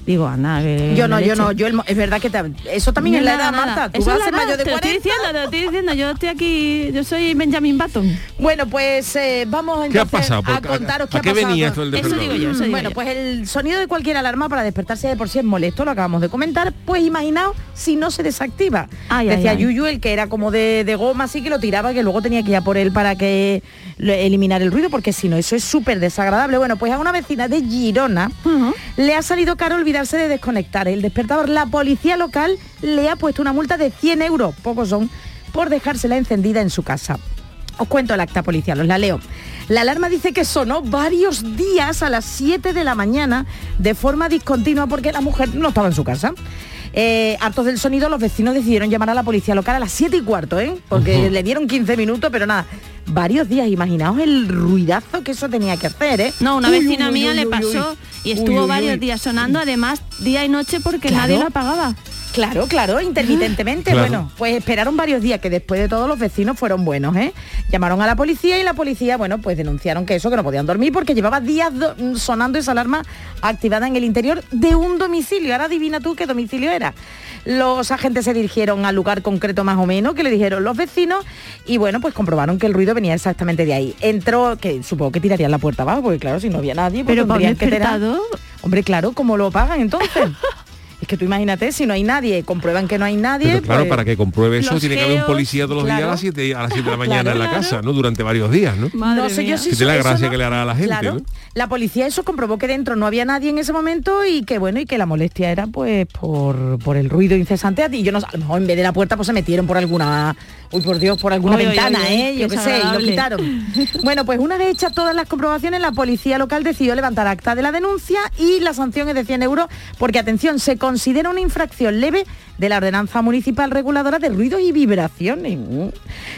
G: Digo, anda, que
F: Yo no,
G: me
F: yo no,
G: leche.
F: yo el mo- es verdad que te- eso también es la
G: Nada,
F: edad,
G: nada.
F: Marta. Tú
G: Eso
F: vas
G: es
F: a ser
G: la edad,
F: mayor de
G: te lo estoy
F: 40.
G: diciendo, te lo estoy diciendo. Yo estoy aquí, yo soy Benjamin Button.
F: Bueno, pues eh, vamos
A: ¿Qué ha
F: entonces
A: pasado?
F: a
A: ¿Por- a-
F: contaros qué
A: a
F: ha
A: qué
F: pasado.
A: venía esto del
G: Eso
A: despertador?
G: digo yo, eso digo
F: bueno,
G: yo.
F: pues el sonido de cualquier alarma para despertarse de por sí es molesto, lo acabamos de comentar. Pues imaginaos si no se desactiva.
G: Ay, ay,
F: Decía
G: ay.
F: Yuyu, el que era como de, de goma, así que lo tiraba, que luego tenía que ir a por él para que lo- eliminar el ruido, porque si no, eso es súper desagradable. Bueno, pues a una vecina de Girona
G: Ujú.
F: le ha salido caro olvidarse de desconectar el despertador. La policía local le ha puesto una multa de 100 euros, pocos son, por dejársela encendida en su casa. Os cuento el acta policial, os la leo. La alarma dice que sonó varios días a las 7 de la mañana de forma discontinua porque la mujer no estaba en su casa. Eh, hartos del sonido, los vecinos decidieron llamar a la policía local a las 7 y cuarto, ¿eh? porque le dieron 15 minutos, pero nada, varios días. Imaginaos el ruidazo que eso tenía que hacer. ¿eh?
G: No, una
F: Uy,
G: vecina
F: uy, uy,
G: mía
F: uy,
G: le
F: uy,
G: pasó
F: uy.
G: y
F: Uy,
G: estuvo
F: uy,
G: varios
F: uy.
G: días sonando, además día y noche porque
F: Claro.
G: nadie lo apagaba.
F: Claro, claro, intermitentemente.
A: Claro.
F: Bueno, pues esperaron varios días, que después de todos los vecinos fueron buenos, ¿eh? Llamaron a la policía y la policía, bueno, pues denunciaron que eso, que no podían dormir porque llevaba días do- mm, sonando esa alarma activada en el interior de un domicilio. Ahora adivina tú qué domicilio era. Los agentes se dirigieron al lugar concreto más o menos, que le dijeron los vecinos, y bueno, pues comprobaron que el ruido venía exactamente de ahí. Entró, que supongo que tirarían la puerta abajo, porque claro, si no había nadie, pues
G: Pero para un
F: tendrían que tirar-
G: despertador.
F: Hombre, claro, ¿cómo lo pagan entonces? Es que tú imagínate, si no hay nadie, comprueban que no hay nadie.
A: Pero claro,
F: pues,
A: para que compruebe eso
G: los
A: tiene que haber un
G: geos,
A: policía todos los días a
F: claro.
A: las 7 a las siete de la
F: Claro,
A: mañana en la
G: claro.
A: casa, ¿no? Durante varios días, ¿no?
G: Madre
F: no sé
G: mía.
F: yo si
A: Que te la
F: eso- eso
A: gracia
F: no-
A: que le hará a la gente,
F: Claro.
A: ¿no?
F: La policía eso comprobó que dentro no había nadie en ese momento y que bueno, y que la molestia era pues por, por el ruido incesante y yo no sé, a lo mejor en vez de la puerta pues se metieron por alguna, uy por Dios, por alguna
G: Oy, oy,
F: ventana,
G: oy, oy,
F: ¿eh? Yo
G: qué
F: qué sé, y lo
G: desagradable.
F: quitaron. Bueno, pues una vez hechas todas las comprobaciones, la policía local decidió levantar acta de la denuncia y la sanción es de 100 euros porque, atención, se considera una infracción leve de la ordenanza municipal reguladora de ruidos y vibraciones. Mm.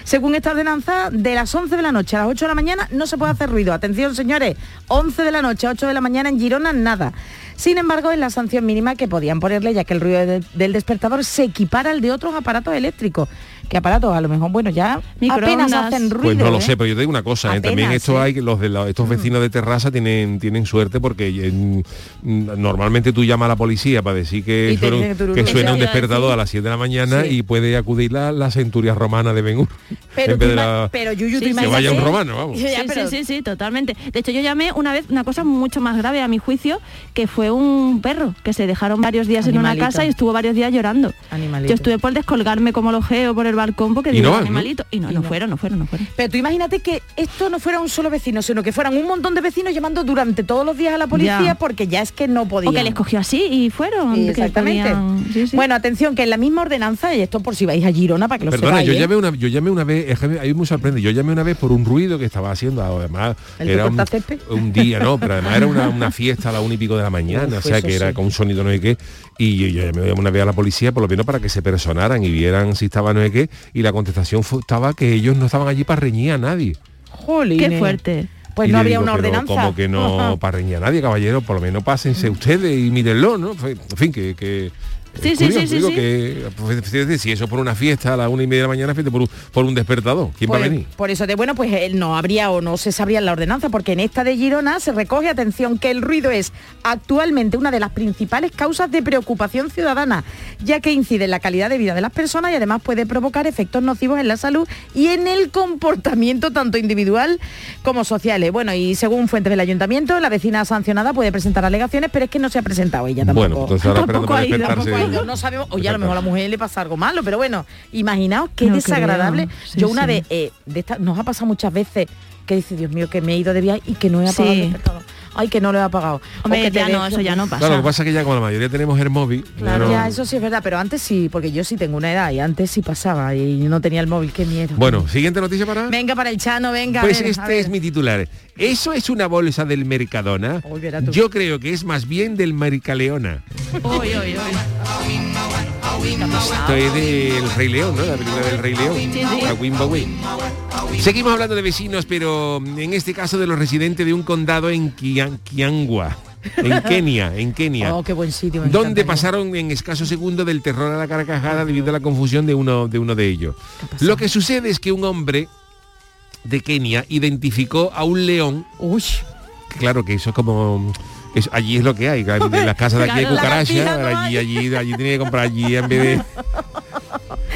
F: Según esta ordenanza, de las 11 de la noche a las 8 de la mañana no se puede hacer ruido. Atención, señores, 11 de la noche a 8 de la mañana en Girona, nada. Sin embargo, es la sanción mínima que podían ponerle, ya que el ruido de- del despertador se equipara al de otros aparatos eléctricos. Que aparatos? A lo mejor, bueno, ya apenas
G: Microondas.
F: hacen ruido.
A: Pues no lo
F: ¿eh?
A: sé, pero yo te digo una cosa, ¿eh?
F: Apenas,
A: también esto
F: ¿eh?
A: hay los de la- estos vecinos de terraza tienen tienen suerte porque eh, mm, normalmente tú llamas a la policía para decir que
F: Y te
A: suena,
F: dice
A: un-
F: tururú.
A: que
F: Eso
A: suena un
G: iba a
A: despertador
G: decir.
A: a las 7 de la mañana
F: Sí.
A: y puede acudir la, la centuria romana de Benur.
F: Pero, tú ima- pero Yuyu, tú
G: Sí,
A: que
F: imagínate-
A: vaya un romano, vamos.
G: Sí,
F: Ya,
G: sí,
F: pero-
G: sí, sí, totalmente. De hecho, yo llamé una vez una cosa mucho más grave a mi juicio, que fue un perro que se dejaron varios días en
F: Animalito.
G: una casa y estuvo varios días llorando.
F: Animalito.
G: Yo estuve por descolgarme como lo geo por el balcón porque
A: Y
G: digo,
A: no van, ¿no?
G: animalito. Y no,
F: Y
G: no
F: no.
G: fueron, no fueron, no fueron.
F: Pero tú imagínate que esto no fuera un solo vecino, sino que fueran un montón de vecinos llamando durante todos los días a la policía
G: Ya.
F: porque ya es que no podían.
G: O que les cogió así y fueron.
F: Sí,
G: que
F: Exactamente.
G: podían- sí, sí.
F: Bueno, atención, que en la misma ordenanza, y esto por si vais a Girona para que lo
A: Perdona,
F: sepáis,
A: yo
F: ¿eh?
A: llamé una, yo llamé una vez, es que me- a mí me sorprende, yo llamé una vez por un ruido que estaba haciendo, además
F: ¿El que
A: era un,
F: corta césped?
A: un día, no, pero además era una, una fiesta a la una y pico de la mañana,
F: Uf,
A: o sea
F: eso
A: que era
F: sí.
A: con un sonido no sé qué, y yo, yo llamé una vez a la policía por lo menos para que se personaran y vieran si estaba no sé qué, y la contestación fue- estaba que ellos no estaban allí para reñir a nadie.
F: Jolines.
G: Qué fuerte.
F: Pues
A: Y
F: no
A: le
F: había
A: digo,
F: una
A: pero
F: ordenanza. Mm.
A: Como que no para reñir a nadie, caballero, por lo menos pásense ustedes y mírenlo, ¿no? Fue- En fin, que... que
G: Sí,
A: es
G: sí, sí,
A: curioso,
G: sí,
A: digo
G: sí.
A: que, pues, fíjate, si eso por una fiesta a la una y media de la mañana, fíjate, por un, por un despertador, ¿quién va a
F: Pues,
A: venir?
F: Por eso de bueno, pues él no habría o no se sabría la ordenanza, porque en esta de Girona se recoge, atención, que el ruido es actualmente una de las principales causas de preocupación ciudadana, ya que incide en la calidad de vida de las personas y además puede provocar efectos nocivos en la salud y en el comportamiento tanto individual como sociales. Bueno, y según fuentes del ayuntamiento, la vecina sancionada puede presentar alegaciones, pero es que no se ha presentado ella tampoco.
A: Bueno, entonces ahora esperando
G: Tampoco
A: para
G: ha ido,
A: despertarse.
G: tampoco ha
F: Yo no sabemos, oye, a lo mejor a la mujer le pasa algo malo, pero bueno, imaginaos qué
G: No creo,
F: desagradable.
G: sí,
F: Yo una
G: sí.
F: vez, eh, de esta- nos ha pasado muchas veces que dice, Dios mío, que me he ido de viaje y que no he apagado el
G: Sí.
F: despertador. Ay, que no lo he apagado. O
G: Hombre,
F: que te
G: ya no,
F: dejo-
G: eso ya no pasa.
A: Claro, lo que pasa es que ya como la mayoría tenemos el móvil, ya
F: Claro,
A: no-
F: ya, eso sí es verdad, pero antes sí, porque yo sí tengo una edad y antes sí pasaba y no tenía el móvil, qué miedo.
A: Bueno, siguiente noticia para...
F: Venga para el chano, venga. a
A: Pues
F: ver, a
A: este
F: ver.
A: es mi titular. Eso es una bolsa del Mercadona.
F: Uy, verá tú.
A: Yo creo que es más bien del Maricaleona.
G: Uy, uy, uy.
A: Esto es del Rey León, ¿no? La película del Rey León. La Wimbo Way. Seguimos hablando de vecinos, pero en este caso de los residentes de un condado en Kian- Kiangwa, en Kenia, en Kenia.
F: Oh, qué buen sitio. me
A: donde
F: encantaría.
A: pasaron en escaso segundo del terror a la carcajada debido a la confusión de uno de, uno de ellos. Lo que sucede es que un hombre de Kenia identificó a un león
F: Uy,
A: Claro que eso es como... es- allí es lo que hay, claro, en las casas de aquí hay
G: Claro,
A: cucarachas,
F: lagartija no
A: allí, allí, allí tiene que comprar allí en vez de, allí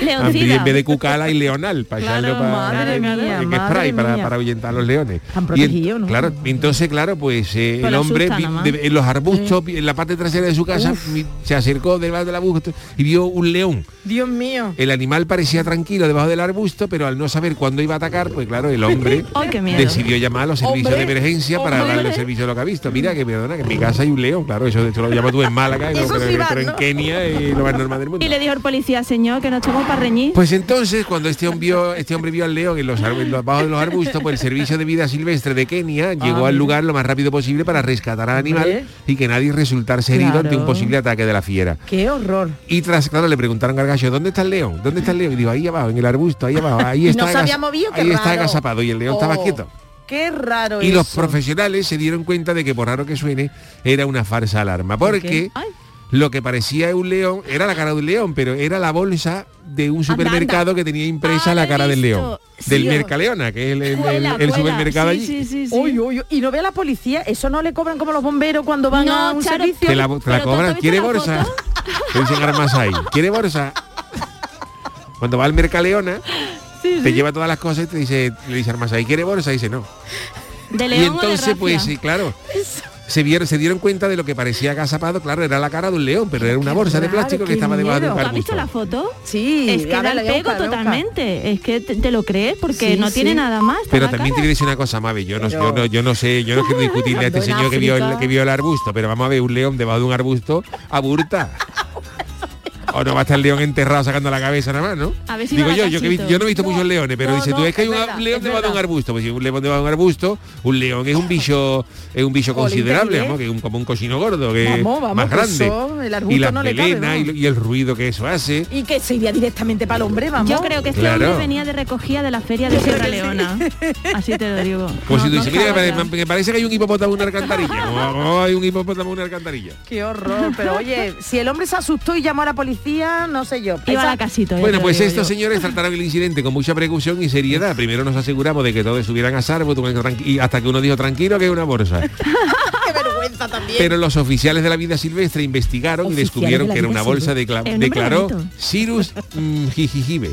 G: Leoncida.
A: Ah, en vez de cucala y leonal para
G: Claro,
A: echarlo para
G: madre
A: en-
G: mía,
A: en
F: madre
A: spray para,
F: mía.
A: para ahuyentar a los leones.
F: Han
A: Y en-
F: protegido, ¿no?
A: Claro, entonces claro, pues eh,
G: Pero
A: el
G: le
A: hombre
G: asusta
A: vi-
G: nada más.
A: de- en los arbustos, vi- en la parte trasera de su casa, vi- se acercó debajo del arbusto y vio un león.
F: Dios mío.
A: El animal parecía tranquilo debajo del arbusto, pero al no saber cuándo iba a atacar, pues claro, el hombre
G: Ay, qué miedo.
A: decidió llamar a los servicios de
F: Hombre,
A: emergencia para
G: hombre.
A: darle el servicio de lo que ha visto. Mira que perdona, que en mi casa hay un león, claro, eso, eso lo llamas tú en Málaga, y lo,
F: Eso sí
A: pero-
F: va,
A: pero
F: ¿no?
A: en Kenia y lo más normal del mundo.
G: Y le dijo el policía, señor, que no estamos para reñir.
A: Pues entonces, cuando este hombre vio, este hombre vio al león en los árboles, abajo de los arbustos, pues el servicio de vida silvestre de Kenia llegó al lugar lo más rápido posible para rescatar al animal
F: Ah, Hombre.
A: y que nadie resultarse herido ante un
F: Claro.
A: posible ataque de la fiera.
F: Qué horror.
A: Y tras, claro, le preguntaron al gallo, ¿dónde está el león? ¿Dónde está el león? Y digo, ahí abajo, en el arbusto, ahí abajo, ahí
F: No
A: está.
F: se había
A: agas-
F: movido, qué
A: ahí está
F: raro.
A: agazapado y el león estaba
F: Oh,
A: quieto.
F: Qué raro
A: Y los
F: eso.
A: profesionales se dieron cuenta de que, por raro que suene, era una farsa alarma. Porque
G: qué? Ay.
A: lo que parecía un león era la cara de un león, pero era la bolsa de un supermercado
G: anda.
A: que tenía impresa
G: Ah,
A: la
G: lo he
A: cara del
G: visto.
A: león.
G: Sí,
A: Del
G: o-
A: Mercaleona, que es el, el- el-
G: Cuela,
A: el
G: cuela.
A: supermercado
G: Sí,
A: allí.
G: sí, sí, sí.
F: Uy, uy, uy. Y no ve a la policía, eso no le cobran como los bomberos cuando van
G: No,
F: a un
G: Charo,
F: servicio.
A: Te la, te la
G: Pero ¿tú has
A: cobran,
G: visto
A: ¿quiere
G: la
A: bolsa? Te dicen armas ahí. ¿Quiere bolsa? Cuando va al Mercaleona, te lleva todas las cosas y te dice, le dice armas ahí, ¿quiere bolsa? Y dice, no.
G: De
A: y
G: león o de
A: entonces, pues
G: rafia.
A: sí, claro. se, vieron, se dieron cuenta de lo que parecía agazapado, claro, era la cara de un león, pero era una bolsa de
F: Claro,
A: plástico
F: qué
A: que estaba debajo de un
F: miedo.
G: ¿Tú has visto
A: arbusto.
G: la foto?
F: Sí,
G: Es que
F: ahora
G: da
F: la
G: el
F: voy a
G: pego
F: buscar, la voy a
G: totalmente. Es que te, te lo crees porque
F: Sí,
G: no tiene
F: sí.
G: nada más. está
A: Pero
G: la
A: también te
G: cara.
A: quiero decir una cosa, Mavi, yo no,
F: Pero-
A: yo no, yo no sé, yo no quiero discutirle a este
F: Cuando en
A: señor que vio, el,
F: África-
A: que vio el arbusto, pero vamos a ver, un león debajo de un arbusto aburta. O no va a estar el león enterrado sacando la cabeza nada más, ¿no?
G: A ver si
A: Digo
G: va
A: yo,
G: la
A: yo, que vi-
G: cachito.
A: yo no he visto muchos leones, pero
F: no,
A: dice tú,
F: no,
A: es que hay
F: es
A: un
F: verdad,
A: león
F: es
A: debajo de un
F: verdad.
A: arbusto. Pues si un león debajo de un arbusto, un león es un bicho, es un bicho
F: Jolín,
A: considerable,
F: terrible.
A: vamos, que es un- como un cochino gordo, que es
F: Vamos, vamos,
A: más
F: que
A: grande.
F: eso, el
A: y
F: arbusto
A: la
F: no le cabe,
A: melena y,
F: vamos.
A: y el ruido que eso hace.
F: Y que se iría directamente para el hombre, vamos.
G: Yo creo que este
A: Claro.
G: hombre venía de recogida de la feria de Sierra Leona. Así te lo digo.
A: Como
G: No,
A: Pues si tú
G: no
A: dices, mira,
G: estaba
A: me,
G: ya.
A: me- me parece que hay un hipopótamo en una alcantarilla. Como, "Oh, hay un hipopótamo en una alcantarilla.
F: Qué horror, pero oye, si el hombre se asustó y llamó a la policía, no sé yo.
G: Iba a
F: Esa-
G: la casita. ya te
A: Bueno,
G: lo
A: pues
G: digo
A: estos
G: yo.
A: señores trataron el incidente con mucha precaución y seriedad. Primero nos aseguramos de que todos estuvieran a salvo, tú, tranqui- y hasta que uno dijo tranquilo que es una bolsa.
F: "Ah, Qué vergüenza también.
A: Pero los oficiales de la vida silvestre investigaron y
F: Oficiales
A: descubrieron
F: de la
A: que era
F: vida
A: una bolsa de cla-
G: Es un nombre
A: declaró
G: bonito.
A: Cyrus mm, Jijijibe.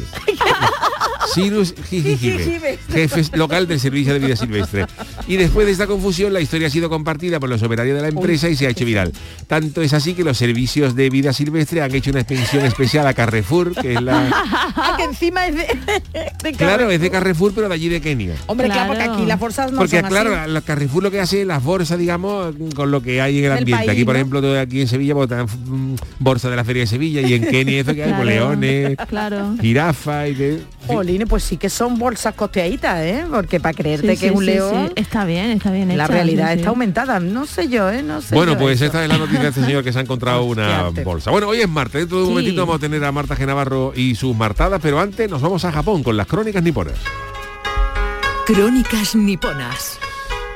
A: Cyrus Jijijibe,
F: Jijijibe.
A: jefe local del Servicio de Vida Silvestre. Y después de esta confusión, la historia ha sido compartida por los operarios de la empresa y se ha hecho viral. Tanto es así que los servicios de vida silvestre han hecho una expedición especial a Carrefour, que es la...
F: Ah, que encima es de... de
A: Claro, es de Carrefour, pero de allí de Kenia.
F: Hombre, claro,
G: Claro.
F: porque aquí las fuerzas no
A: Porque eh,
F: son
A: claro,
F: así.
A: los Carrefour lo que hace es las bolsas, digamos, con lo que hay en el
F: Del
A: ambiente.
F: país,
A: aquí, por
F: ¿no?
A: ejemplo, todo aquí en Sevilla botan mm, bolsas de la Feria de Sevilla y en Kenia eso que hay,
G: Claro,
A: con leones,
G: Claro.
A: jirafa y de...
F: Jolines, pues sí que son bolsas costeaditas, ¿eh? Porque para creerte
G: Sí,
F: que es
G: sí,
F: un
G: sí,
F: león,
G: sí. Está bien, está bien.
F: la
G: hecha,
F: realidad
G: sí, sí.
F: está aumentada. No sé yo, ¿eh? No sé
A: Bueno,
F: yo
A: pues
F: eso.
A: esta es la noticia de este señor que se ha encontrado una
F: Hostiarte.
A: bolsa. Bueno, hoy es martes, dentro de un
G: Sí.
A: momentito vamos a tener a Marta Genavarro y sus martadas, pero antes nos vamos a Japón con las crónicas niponas.
D: Crónicas niponas.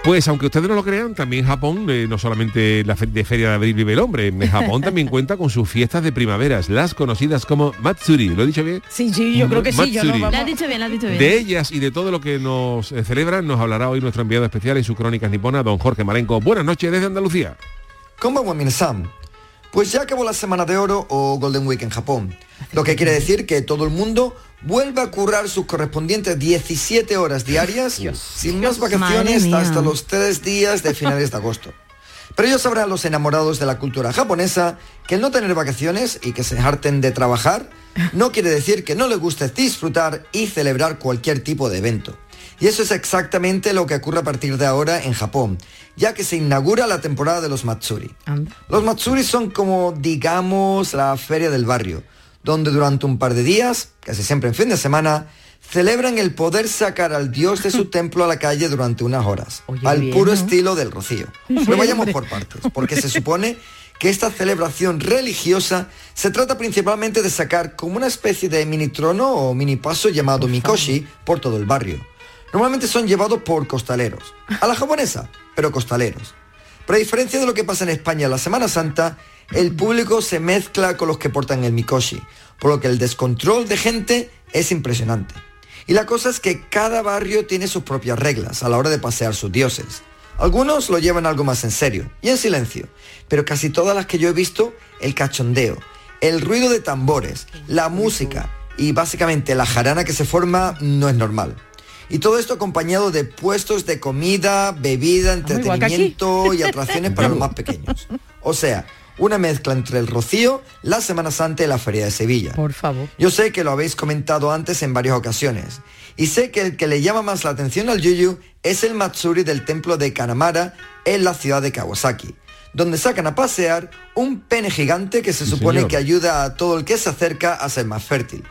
A: Pues aunque ustedes no lo crean, también Japón, eh, no solamente la fe- de Feria de Abril vive el hombre, en Japón también cuenta con sus fiestas de primaveras, las conocidas como Matsuri. ¿Lo he dicho bien?
F: Sí, sí, yo creo que sí. Yo no,
A: Matsuri.
G: La has
F: vamos.
G: dicho bien, la has dicho bien.
A: De ellas y de todo lo que nos eh, celebran nos hablará hoy nuestro enviado especial en su crónicas nipona, don Jorge Marenco. Buenas noches desde Andalucía.
H: Konbanwa minasan. Pues ya acabó la Semana de Oro o Golden Week en Japón, lo que quiere decir que todo el mundo vuelve a currar sus correspondientes 17 horas diarias sin unas vacaciones
G: Madre mía.
H: hasta los tres días de finales de agosto. Pero ellos sabrán los enamorados de la cultura japonesa que el no tener vacaciones y que se harten de trabajar no quiere decir que no les guste disfrutar y celebrar cualquier tipo de evento. Y eso es exactamente lo que ocurre a partir de ahora en Japón, ya que se inaugura la temporada de los Matsuri.
F: Anda.
H: Los Matsuri son como, digamos, la feria del barrio, donde durante un par de días, casi siempre en fin de semana, celebran el poder sacar al dios de su templo a la calle durante unas horas,
F: Oye,
H: al
F: bien,
H: puro
F: ¿no?
H: estilo del rocío. Pero vayamos por partes, porque se supone que esta celebración religiosa se trata principalmente de sacar como una especie de mini trono o mini paso llamado mikoshi por todo el barrio. Normalmente son llevados por costaleros, a la japonesa, pero costaleros. Pero a diferencia de lo que pasa en España en la Semana Santa, el público se mezcla con los que portan el mikoshi, por lo que el descontrol de gente es impresionante. Y la cosa es que cada barrio tiene sus propias reglas a la hora de pasear sus dioses. Algunos lo llevan algo más en serio y en silencio, pero casi todas las que yo he visto, el cachondeo, el ruido de tambores, la música y básicamente la jarana que se forma no es normal. Y todo esto acompañado de puestos de comida, bebida,
F: que aquí.
H: entretenimiento, concierto y atracciones para los más pequeños. O sea, una mezcla entre el Rocío, la Semana Santa y la Feria de Sevilla.
F: Por favor.
H: Yo sé que lo habéis comentado antes en varias ocasiones. Y sé que el que le llama más la atención al Yuyu es el Matsuri del templo de Kanamara en la ciudad de Kawasaki, donde sacan a pasear un pene gigante que se
A: Sí,
H: supone
A: señor.
H: que ayuda a todo el que se acerca a ser más fértil.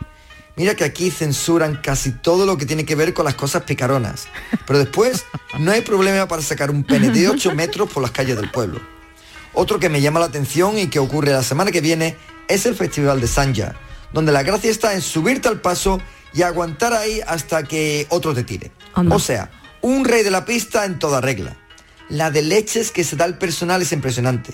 H: Mira que aquí censuran casi todo lo que tiene que ver con las cosas picaronas, pero después no hay problema para sacar un pene de 8 metros por las calles del pueblo. Otro que me llama la atención y que ocurre la semana que viene es el Festival de Sanja, donde la gracia está en subirte al paso y aguantar ahí hasta que otro te tire.
G: Anda.
H: O sea, un rey de la pista en toda regla. La de leches que se da al personal es impresionante.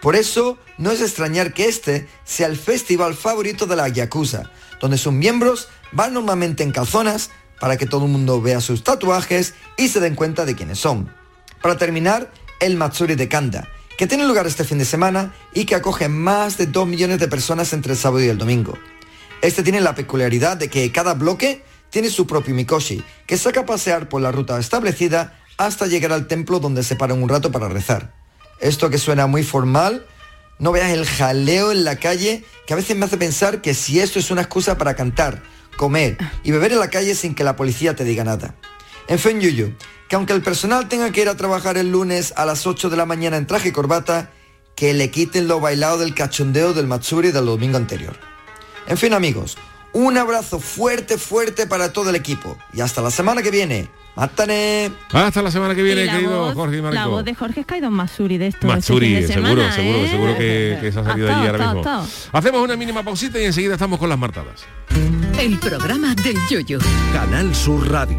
H: Por eso, no es extrañar que este sea el festival favorito de la Yakuza, donde sus miembros van normalmente en calzonas para que todo el mundo vea sus tatuajes y se den cuenta de quiénes son. Para terminar, el Matsuri de Kanda, que tiene lugar este fin de semana y que acoge más de 2 millones de personas entre el sábado y el domingo. Este tiene la peculiaridad de que cada bloque tiene su propio Mikoshi, que saca a pasear por la ruta establecida hasta llegar al templo donde se paran un rato para rezar. Esto que suena muy formal, no veas el jaleo en la calle que a veces me hace pensar que si esto es una excusa para cantar, comer y beber en la calle sin que la policía te diga nada. En fin, Yuyu, que aunque el personal tenga que ir a trabajar el lunes a las 8 de la mañana en traje y corbata, que le quiten lo bailado del cachondeo del Matsuri del domingo anterior. En fin, amigos, un abrazo fuerte, fuerte para todo el equipo. Y hasta la semana que viene. ¡Mátane!
A: Hasta la semana que
G: Y
A: viene,
G: la
A: querido
G: voz-
A: Jorge y Marco.
G: La voz de Jorge es que ha ido a un Matsuri de esto.
A: Matsuri,
G: este fin de
A: seguro,
G: semana,
A: seguro,
G: ¿eh?
A: seguro que, que se ha salido de allí
G: Atao,
A: ahora mismo.
G: atao, atao.
A: Hacemos una mínima pausita y enseguida estamos con las martadas.
D: El programa del yoyo.
I: Canal Sur Radio.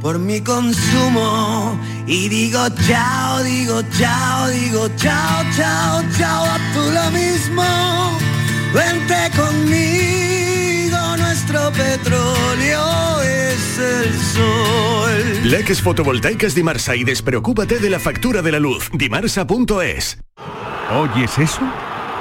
J: por mi consumo y digo chao, digo chao, digo chao, chao, chao, a tú lo mismo. Vente conmigo, nuestro petróleo es el sol.
K: Leques fotovoltaicas Dimarsa y despreocúpate de la factura de la luz. Dimarsa.es.
I: ¿Oyes eso?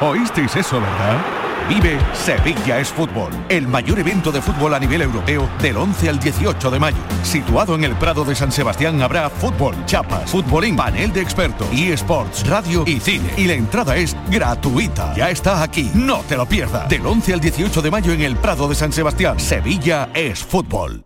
I: ¿Oísteis eso, verdad? Vive Sevilla es Fútbol, el mayor evento de fútbol a nivel europeo del 11 al 18 de mayo. Situado en el Prado de San Sebastián habrá fútbol, chapas, futbolín, panel de expertos, eSports, radio y cine. Y la entrada es gratuita. Ya está aquí, no te lo pierdas. Del 11 al 18 de mayo en el Prado de San Sebastián, Sevilla es Fútbol.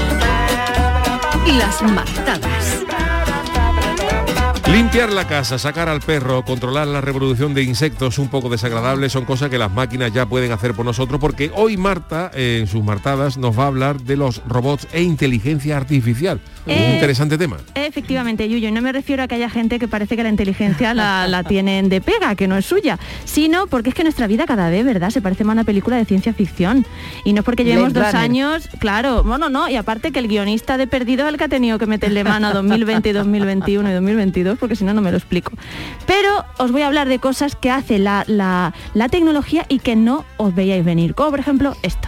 D: Las martadas.
A: Limpiar la casa, sacar al perro, controlar la reproducción de insectos un poco desagradables son cosas que las máquinas ya pueden hacer por nosotros porque hoy Marta, eh, en sus martadas, nos va a hablar de los robots e inteligencia artificial. Un
G: Eh.
A: interesante tema.
G: Efectivamente, Yuyo, y no me refiero a que haya gente que parece que la inteligencia la, la tienen de pega, que no es suya, sino porque es que nuestra vida cada vez, ¿verdad?, se parece más a una película de ciencia ficción. Y no es porque llevemos
F: Blade
G: dos
F: Runner.
G: años, claro, bueno, no, y aparte que el guionista de Perdido es el que ha tenido que meterle mano a 2020, 2021 y 2022, porque si no, no me lo explico. Pero os voy a hablar de cosas que hace la, la- la tecnología y que no os veíais venir, como por ejemplo esto.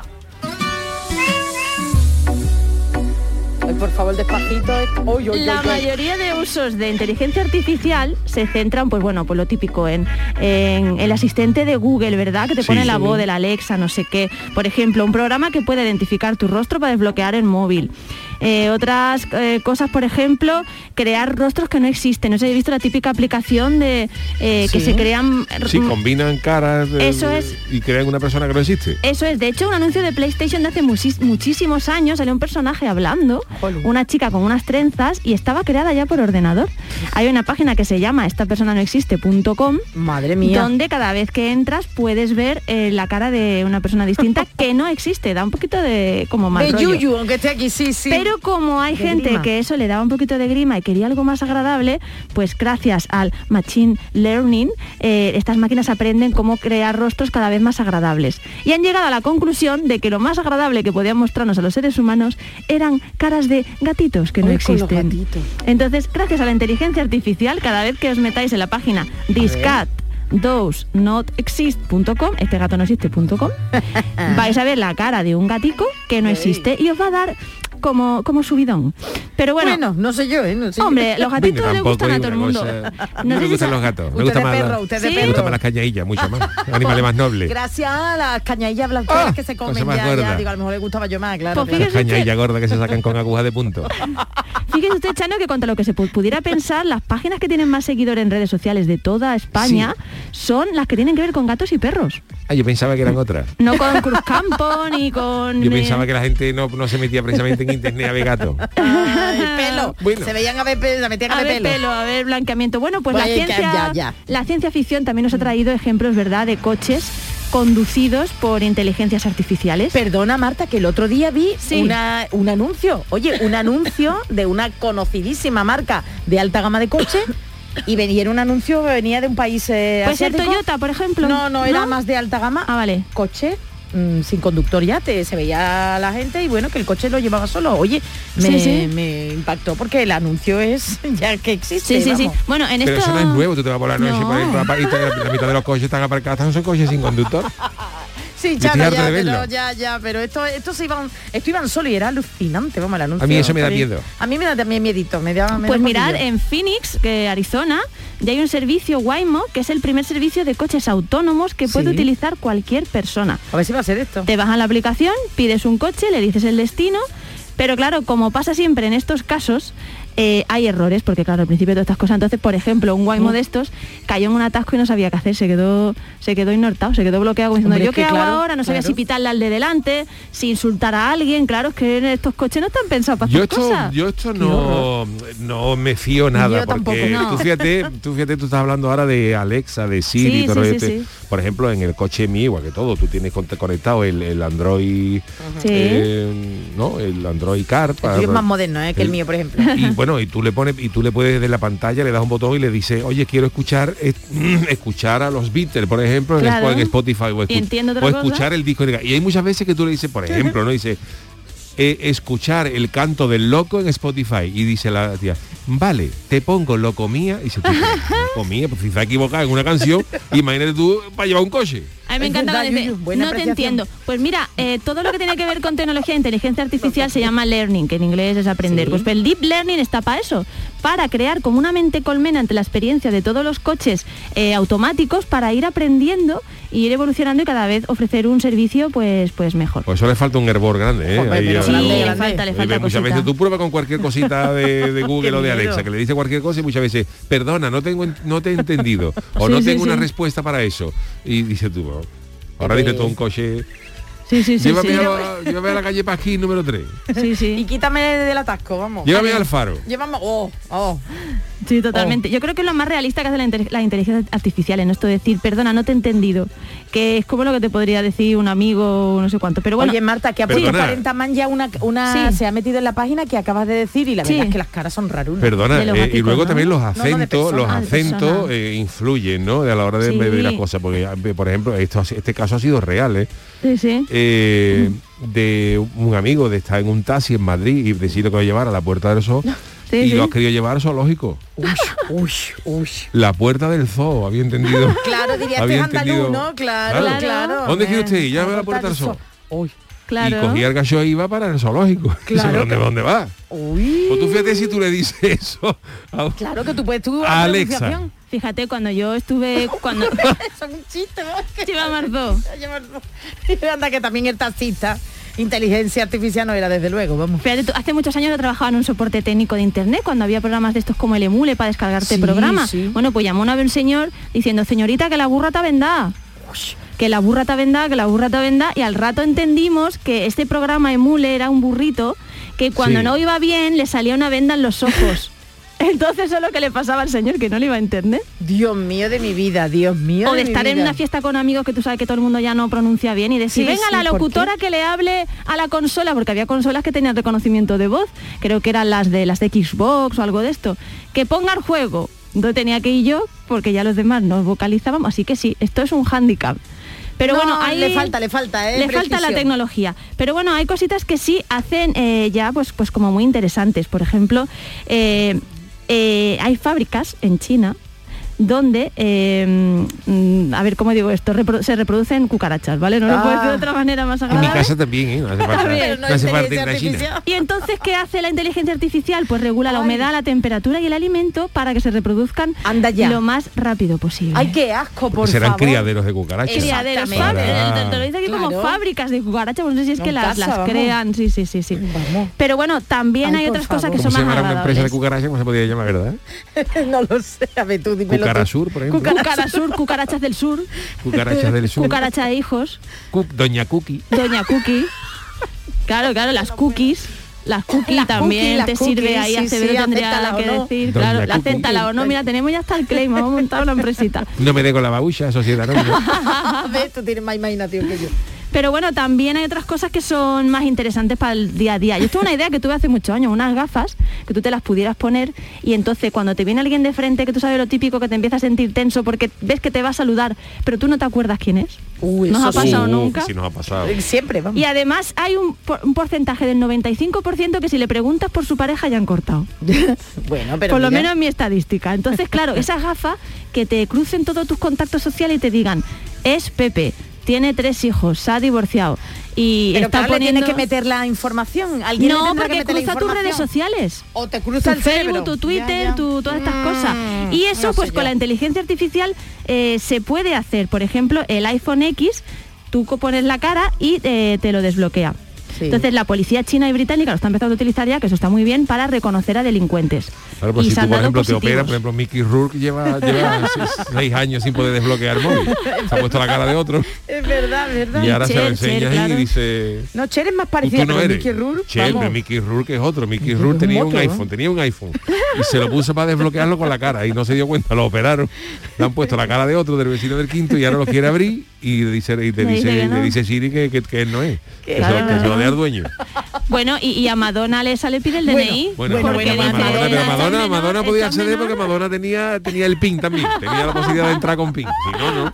L: por favor, despacito. Oy, oy, oy,
G: La
L: oy.
G: mayoría de usos de inteligencia artificial se centran, pues bueno, pues lo típico en, en el asistente de Google, ¿verdad? Que te
L: Sí.
G: pone la
L: Sí.
G: voz de la Alexa, no sé qué. Por ejemplo, un programa que puede identificar tu rostro para desbloquear el móvil. Eh, otras eh, cosas, por ejemplo, crear rostros que no existen. No sé, he visto la típica aplicación de eh, que
A: Sí.
G: se crean
A: Si combinan caras eh,
G: Eso es.
A: y crean una persona que no existe.
G: eso es, de hecho, un anuncio de PlayStation de hace musis- muchísimos años salió un personaje hablando, una chica con unas trenzas y estaba creada ya por ordenador. Hay una página que se llama esta persona no existe.com,
F: Madre mía.
G: donde cada vez que entras puedes ver eh, la cara de una persona distinta que no existe, da un poquito de como mal
F: de
G: rollo.
F: yuyu, aunque esté aquí, sí, sí.
G: Pero como hay
F: De
G: gente
F: grima.
G: que eso le daba un poquito de grima y quería algo más agradable, pues gracias al Machine Learning, eh, estas máquinas aprenden cómo crear rostros cada vez más agradables. Y han llegado a la conclusión de que lo más agradable que podían mostrarnos a los seres humanos eran caras de gatitos que no
L: Ay, con los
G: existen.
L: gatitos.
G: Entonces, gracias a la inteligencia artificial, cada vez que os metáis en la página Discat exist.com este gato no existe.com vais a ver la cara de un gatico que no existe y os va a dar como, como subidón. Pero bueno,
F: Bueno, no sé yo, ¿eh? No sé yo.
G: hombre, los gatitos les gustan a todo el mundo.
A: No,
G: sé
A: me
G: si
A: gustan
G: sa-
A: los gatos. Me
F: Usted
A: gusta
F: de
A: más la-
F: perro, usted de
A: me
F: perro.
A: gustan más las cañadillas, mucho más. Animales más nobles.
F: Gracias a las cañadillas blancas que se comen
A: más
F: ya, ya.
A: gorda.
F: Digo, a lo mejor le gustaba yo más, claro.
G: Pues
F: claro.
A: Las cañadillas gordas que se sacan con agujas de punto.
G: Fíjese usted, Chano, que contra lo que se pu- pudiera pensar, las páginas que tienen más seguidores en redes sociales de toda España son las que tienen que ver con gatos y perros.
A: Ah, yo pensaba que eran otras.
G: No con Cruzcampo ni con...
A: Yo
G: eh,
A: pensaba que la gente no, no se metía precisamente en internet a ver gato.
F: El pelo. Se veían a ver pelo, se metían a,
G: a
F: ver pelo.
G: a ver blanqueamiento. Bueno, pues la
F: Oye, que
G: ciencia,
F: ya, ya.
G: la ciencia ficción también nos ha traído ejemplos, ¿verdad?, de coches conducidos por inteligencias artificiales.
F: Perdona, Marta, que el otro día vi una- un anuncio. Oye, un anuncio de una conocidísima marca de alta gama de coche. Y venía era un anuncio que venía de un país eh,
G: ¿Puede ser
F: asiático.
G: Pues Toyota, por ejemplo?
F: No, no, era
G: ¿No?
F: más de alta gama.
G: Ah, vale.
F: Coche mm, sin conductor ya, te, se veía la gente y bueno, que el coche lo llevaba solo. Oye, me,
G: Sí, sí.
F: me impactó porque el anuncio es ya que existe.
G: Sí, sí, sí.
F: vamos.
G: Bueno, en
A: Pero
G: esto...
A: eso no es nuevo, tú te vas por la noche
G: No.
A: por ahí, por la- y te- la mitad de los coches están aparcados, ¿Estos no son coches sin conductor.
F: Sí,
A: Yo
F: ya,
A: estoy
F: no,
A: harto
F: ya,
A: de verlo.
F: pero, ya, ya, pero esto, esto se iban, esto iban solo y era alucinante, vamos, el anuncio.
A: A mí eso me da
F: Javi.
A: miedo.
F: A mí me da también miedito, me da, me da
G: Pues mirad,
F: miedillo.
G: en Phoenix, que Arizona, ya hay un servicio Waymo, que es el primer servicio de coches autónomos que puede
F: Sí.
G: utilizar cualquier persona.
F: A ver si va a ser esto.
G: Te bajas la aplicación, pides un coche, le dices el destino, pero claro, como pasa siempre en estos casos, eh, hay errores, porque claro, al principio de todas estas cosas, entonces, por ejemplo,
F: Mm.
G: un Waymo de estos cayó en un atasco y no sabía qué hacer, se quedó, se quedó inhortado, se quedó bloqueado como diciendo,
F: Hombre, es
G: yo
F: que
G: qué hago
F: claro,
G: ahora, no sabía
F: claro.
G: si pitarle al de delante, si insultar a alguien, claro, es que estos coches no están pensados para
A: Yo
G: estas
A: esto,
G: cosas.
A: yo esto no, no me fío nada,
G: Yo tampoco,
A: porque
G: no.
A: tú fíjate, tú fíjate, tú estás hablando ahora de Alexa, de Siri,
G: Sí,
A: todo
G: sí,
A: este-
G: sí, sí.
A: por ejemplo, en el coche mío, igual que todo, tú tienes con- conectado el, el Android,
F: Sí.
A: eh, ¿no? El Android Car.
F: El
A: para-
F: tuyo es más moderno ¿eh? que el mío, por ejemplo.
A: y bueno y tú le pones y tú le puedes desde la pantalla le das un botón y le dices oye quiero escuchar es- escuchar a los Beatles por ejemplo en
G: Claro.
A: Sp- en Spotify o,
G: Y entiendo otra
A: o
G: cosa.
A: escuchar el disco y hay muchas veces que tú le dices por ejemplo no dice "Eh, escuchar el canto del loco en Spotify y dice la tía vale te pongo loco mía y se te loco mía pues si está equivocada en una canción imagínate tú para llevar un coche
G: A mí me
F: Es
G: encanta
F: verdad,
G: cuando dice,
F: Yuyu, buena
G: no te
F: apreciación".
G: entiendo. Pues mira, eh, todo lo que tiene que ver con tecnología e inteligencia artificial se llama learning, que en inglés es aprender.
F: Sí.
G: Pues el deep learning está para eso, para crear como una mente colmena ante la experiencia de todos los coches eh, automáticos para ir aprendiendo y ir evolucionando y cada vez ofrecer un servicio pues, pues mejor.
A: pues eso le falta un hervor grande ¿eh?
F: Hombre,
A: Ahí
F: pero
A: a-
G: Sí,
F: grande,
G: le
F: grande.
G: falta, le
A: Eh,
G: falta
A: muchas
G: cosita.
A: veces tú pruebas con cualquier cosita de, de Google
F: Qué
A: o de
F: miedo.
A: Alexa, que le dice cualquier cosa y muchas veces, perdona, no tengo en- no te he entendido. o
G: Sí,
A: no
G: sí,
A: tengo una
G: sí.
A: respuesta para eso. Y dice tú, "Oh, ahora dice todo un coche.
G: Sí, sí, sí.
A: llévame,
G: sí.
A: a, la- llévame a la calle Pajín número 3.
G: Sí, sí.
F: Y quítame del atasco, vamos.
A: Llévame al faro.
F: Llévame. Oh, oh.
G: Sí, totalmente. Yo creo que es lo más realista que hace la, inte- la inteligencia artificial, en esto de decir, perdona, no te he entendido, que es como lo que te podría decir un amigo, no sé cuánto, pero bueno,
F: Oye, Marta, que ha puesto
A: Perdona.
F: 40 man ya una, una
G: Sí.
F: se ha metido en la página que acabas de decir y la
G: Sí.
F: verdad es que las caras son rarunas.
A: Perdona,
G: De los
A: eh, y
G: gatitos,
A: luego
G: ¿no?
A: también los
F: No, no, de
A: acentos, los
F: personas,
G: de
A: acentos
G: personas.
A: eh, influyen, ¿no? A la hora de,
G: Sí.
A: de las cosas, porque eh, por ejemplo, esto, ha si- este caso ha sido real, ¿eh?
G: sí, sí.
A: eh, de un amigo de estar en un taxi en Madrid y decido que lo llevar a la puerta del zoo
G: Sí,
A: y
G: sí.
A: lo has querido llevar al zoológico.
F: Uy, uy.
A: La puerta del zoo, había entendido.
F: Claro, diría este
A: Había
F: es andaluz,
A: entendido.
F: ¿no? Claro,
A: Claro.
F: claro.
A: ¿Dónde quiere
F: Eh,
A: usted ir? Llame a la puerta del
F: eso.
A: zoo.
F: Uy,
G: Claro.
A: Y cogía el gallo y iba para el zoológico.
F: Claro
A: Dice, ¿Dónde,
F: que-
A: ¿Dónde va?
F: uy.
A: Pues tú fíjate si tú le dices eso. a-
F: Claro que tú puedes tú.
A: A
F: hacer
A: Alexa.
F: pronunciación.
G: Fíjate, cuando yo estuve, cuando...
F: Eso es un chiste, ¿no? Que-
G: Chiva Marzó.
F: Anda que también el taxista. Inteligencia artificial no era desde luego, vamos.
G: Fíjate, tú, hace muchos años yo trabajaba en un soporte técnico de internet cuando había programas de estos como el emule para descargarte
F: Sí,
G: programas.
F: sí.
G: Bueno, pues llamó una vez un señor diciendo, señorita, que la burra te vendá. Que la burra te vendá, que la burra te vendá. Y al rato entendimos que este programa emule era un burrito que cuando
A: Sí.
G: no iba bien le salía una venda en los ojos. Entonces eso es lo que le pasaba al señor, que no le iba a entender.
F: Dios mío de mi vida, Dios mío.
G: O de
F: mi
G: estar en
F: vida.
G: una fiesta con amigos que tú sabes que todo el mundo ya no pronuncia bien y decir,
F: Sí,
G: venga
F: sí,
G: la
F: ¿por qué?
G: locutora que le hable a la consola, porque había consolas que tenían reconocimiento de voz, creo que eran las de las de Xbox o algo de esto, que ponga el juego. Entonces tenía que ir yo porque ya los demás nos vocalizábamos, así que sí, esto es un hándicap. Pero
F: No,
G: bueno, ahí
F: le falta, le falta, ¿eh?
G: le falta la
F: Precisión.
G: tecnología. Pero bueno, hay cositas que sí hacen eh, ya pues, pues como muy interesantes. Por ejemplo, eh, eh, hay fábricas en China donde, eh, mm, a ver, ¿cómo digo esto? Repro- se reproducen cucarachas, ¿vale? No lo puedo
F: Ah.
G: decir de otra manera más
A: En mi
G: agradable.
A: casa también, ¿eh? No hace falta,
G: También.
A: no hace falta ir a China.
G: Y entonces, ¿qué hace la inteligencia artificial? Pues regula la humedad, la temperatura y el alimento para que se reproduzcan lo más rápido posible.
F: Ay, qué asco, por
A: Serán
F: favor.
A: criaderos de cucarachas.
G: Criaderos,
A: Para-
G: fábricas, te- te lo dice aquí como
F: Claro.
G: fábricas de cucarachas, pues no sé si es
F: No,
G: que
F: en
G: las,
F: casa,
G: las
F: vamos.
G: crean, sí, sí, sí, sí. Pero bueno, también
F: Ay,
G: hay
F: por
G: otras cosas que
A: ¿Cómo
G: son
A: se
G: más
A: llamará una empresa de
G: agradables.
A: cucarachas? ¿Cómo se podría llamar, verdad?
F: no lo sé, a ver tú, dímelo tú.
A: Cucarasur, por ejemplo.
G: Cucara Sur, cucarachas del sur.
A: Cucarachas del sur.
G: Cucaracha de hijos,
A: Cu- Doña Cookie.
G: doña cookie. Claro, claro, las cookies. Las cookies
F: Las cookies,
G: también
F: las
G: te sirve
F: cookies,
G: ahí,
F: sí,
G: Acevedo
F: sí,
G: tendría
F: acéptala
G: que
F: o no.
G: decir,
A: Doña
G: claro, la
A: Cookie.
G: acéptala o no, mira, tenemos ya hasta el claim, hemos montado una empresita.
A: No me dé con la babucha, sociedad anónima.
F: A ver, tú tienes más imaginación que yo.
G: Pero bueno, también hay otras cosas que son más interesantes para el día a día. Yo tuve una idea que tuve hace muchos años, unas gafas que tú te las pudieras poner y entonces cuando te viene alguien de frente, que tú sabes lo típico, que te empieza a sentir tenso porque ves que te va a saludar, pero tú no te acuerdas quién es. nos ha
A: eso sí.
G: pasado
A: Uh,
G: nunca.
A: que sí nos ha pasado.
F: Siempre, vamos.
G: Y además hay un, por- un porcentaje del 95% que si le preguntas por su pareja ya han cortado.
F: Bueno, pero
G: por lo
F: mira,
G: menos en mi estadística. Entonces, claro, esas gafas que te crucen todos tus contactos sociales y te digan, es Pepe, tiene tres hijos, se ha divorciado y
F: pero
G: está
F: claro, le
G: poniendo...
F: tienes que meter la información. Alguien le
G: no,
F: tendrá
G: porque
F: que meter la
G: cruza tus redes
F: información.
G: sociales.
F: O te cruza
G: tu
F: el
G: Facebook,
F: cerebro. Mm.
G: tu Twitter, tu- todas estas cosas. Y eso,
F: no sé
G: pues
F: yo.
G: con la inteligencia artificial eh, se puede hacer. Por ejemplo, el iPhone X, tú co- pones la cara y eh, te lo desbloquea.
F: Sí.
G: Entonces la policía china y británica lo está empezando a utilizar ya, que eso está muy bien, para reconocer a delincuentes.
A: Claro, pues
G: y
A: si
G: se
A: tú,
G: han
A: por
G: dado
A: ejemplo, te
G: positivos.
A: operas, por ejemplo, Mickey Rourke lleva, lleva seis, seis años sin poder desbloquear el móvil. Se ha puesto la cara de otro
F: Es verdad, es verdad.
A: y ahora se lo
F: Cher, Cher,
A: enseñas
F: claro.
A: y dice...
F: No, Cher es más
A: "Tú-
F: parecida
A: Tú no
F: pero
A: eres.
F: Mickey Rourke,
A: Che, pero
F: vamos.
A: Mickey Rourke es otro. Mickey Rourke tenía un
F: moto, ¿no?
A: iPhone, tenía un iPhone. Y se lo puso para desbloquearlo con la cara y no se dio cuenta, lo operaron. Le han puesto la cara de otro, del vecino del quinto, y ahora lo quiere abrir y, dice, y te
G: Le
A: dice,
G: dice que no.
A: le dice Siri que, que- que él no es. Que, se, lo-
G: Claro.
A: que se lo dé al dueño.
G: Bueno, y, y a Madonna le sale pide el
F: Bueno,
G: DNI.
A: Bueno,
G: porque
A: bueno,
G: dice,
A: Madonna, pero
G: "Esta
A: Madonna,
G: menor,
A: Madonna
G: esta
A: podía acceder
G: menor".
A: porque Madonna tenía, tenía el pin también, tenía la posibilidad de entrar con pin. Si no, no.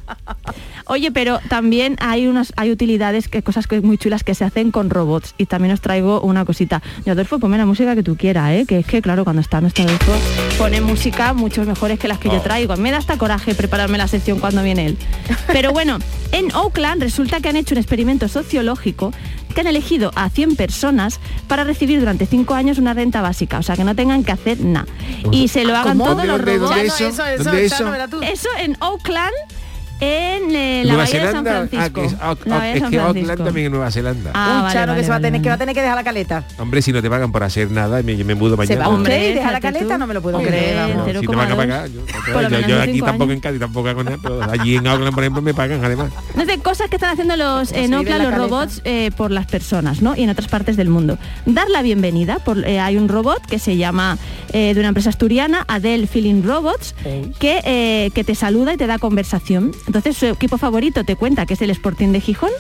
G: Oye, pero también hay unas hay utilidades, que cosas que muy chulas que se hacen con robots. Y también os traigo una cosita. Yo, Adolfo, ponme la música que tú quieras, ¿eh? Que es que, claro, cuando está nuestro Adolfo, pone música mucho mejores que las que yo
M: Oh.
G: traigo. Me da hasta coraje prepararme la sección cuando viene él. Pero bueno, en Oakland resulta que han hecho un experimento sociológico que han elegido a 100 personas para recibir durante 5 años una renta básica, o sea, que no tengan que hacer nada. Y se lo hagan
A: Pues, ah, ¿Cómo?
G: todos los
A: ¿Dónde, dónde,
G: robots.
A: dónde eso? Eso, eso, ¿Dónde Chano, eso? verá
G: Eso en Oakland, en eh, la
A: Nueva
G: bahía de San
A: Zelanda, ah, que
G: Francisco.
A: es, ah,
G: La
A: ah,
G: bahía de
A: es
G: San
A: que
G: Francisco.
A: Auckland también es Nueva Zelanda.
G: Ah,
F: Un
G: vale,
F: Chano
G: vale,
F: que se va a
G: vale,
F: tener que va a
G: vale.
F: tener que dejar la caleta.
A: Hombre, si no te pagan por hacer nada, me, me mudo
F: Se
A: mañana.
F: va usted y
G: Hombre,
F: deja la
G: fíjate
F: caleta,
G: tú.
F: no me lo puedo
G: Hombre,
F: creer. vamos.
A: No, si te van a pagar, yo,
G: Por lo
A: yo-
G: menos
A: yo
G: de
A: aquí
G: cinco
A: tampoco
G: años.
A: en Cádiz, tampoco con nada, pero allí en Auckland, por ejemplo, me pagan además.
G: Entonces, cosas que están haciendo los
F: se
G: en
F: vive
G: Oakland,
F: la
G: los
F: caleta.
G: robots eh, por las personas, ¿no? Y en otras partes del mundo. Dar la bienvenida, por, eh, hay un robot que se llama, eh, de una empresa asturiana, Adele Feeling Robots, que, eh, que te saluda y te da conversación. Entonces, su equipo favorito te cuenta que es el Sporting de Gijón.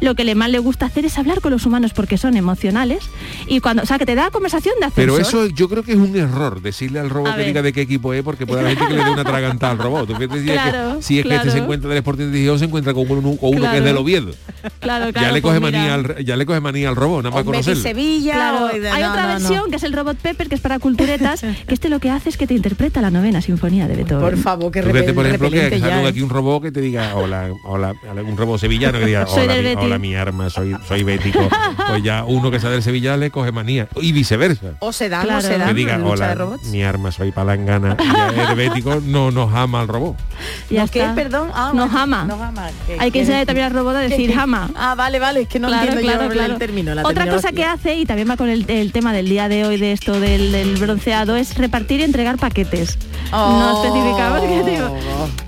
G: Lo que le más le gusta hacer es hablar con los humanos porque son emocionales. Y cuando, o sea, que te da conversación de ascensor.
A: Pero eso yo creo que es un error, decirle al robot
G: A
A: que
G: ver.
A: diga de qué equipo es, porque puede haber gente que le dé una tragantada al robot. Tú fíjate si es que-
G: Claro,
A: si es que este se
G: claro.
A: encuentra del Sporting de Gijón, se encuentra con uno, con uno que es
G: Claro.
A: del Oviedo.
G: Claro,
A: ya,
G: claro,
A: le
G: pues
A: coge
G: mira.
A: manía al, ya le coge manía al robot, nada más
F: O Messi
A: conocerlo.
F: Sevilla.
G: Claro,
F: o-
G: hay
F: no,
G: otra
F: no, no.
G: versión que es el robot Pepper, que es para culturetas, que este lo que hace es que te interpreta la novena sinfonía de Beethoven.
F: Por favor, que
A: Tú fíjate,
F: repel-
A: por ejemplo, que
F: repelente
A: salga
F: ya. ¿eh?
G: ¿eh?
A: aquí un robot que te diga, hola, hola, un robot sevillano que diga,
G: Soy
A: hola,
G: del
A: mi,
G: Betis.
A: hola, mi arma, soy, soy bético. Pues ya uno que sea del Sevilla le coge manía. Y viceversa.
F: O se dan, o
G: Claro.
F: se dan.
A: Que diga,
F: lucha de
A: hola,
F: robots.
A: mi arma, soy palangana. Y ya el bético no nos ama al robot.
G: Ya
F: ¿No qué?
G: está.
F: Perdón. Ah,
G: Nos
F: bueno,
G: ama.
F: Nos ama. ¿Qué-
G: Hay que
F: qué-
G: enseñar también al robot a
F: qué-
G: decir
F: qué-
G: ama.
F: Ah, vale, vale, es que no
G: Claro,
F: entiendo
G: claro,
F: yo
G: claro.
F: el término. la
G: Otra cosa que
F: terminología.
G: hace, y también va con el, el tema del día de hoy, de esto del, del bronceado, es repartir y entregar paquetes. No
F: Oh.
G: especificamos qué digo.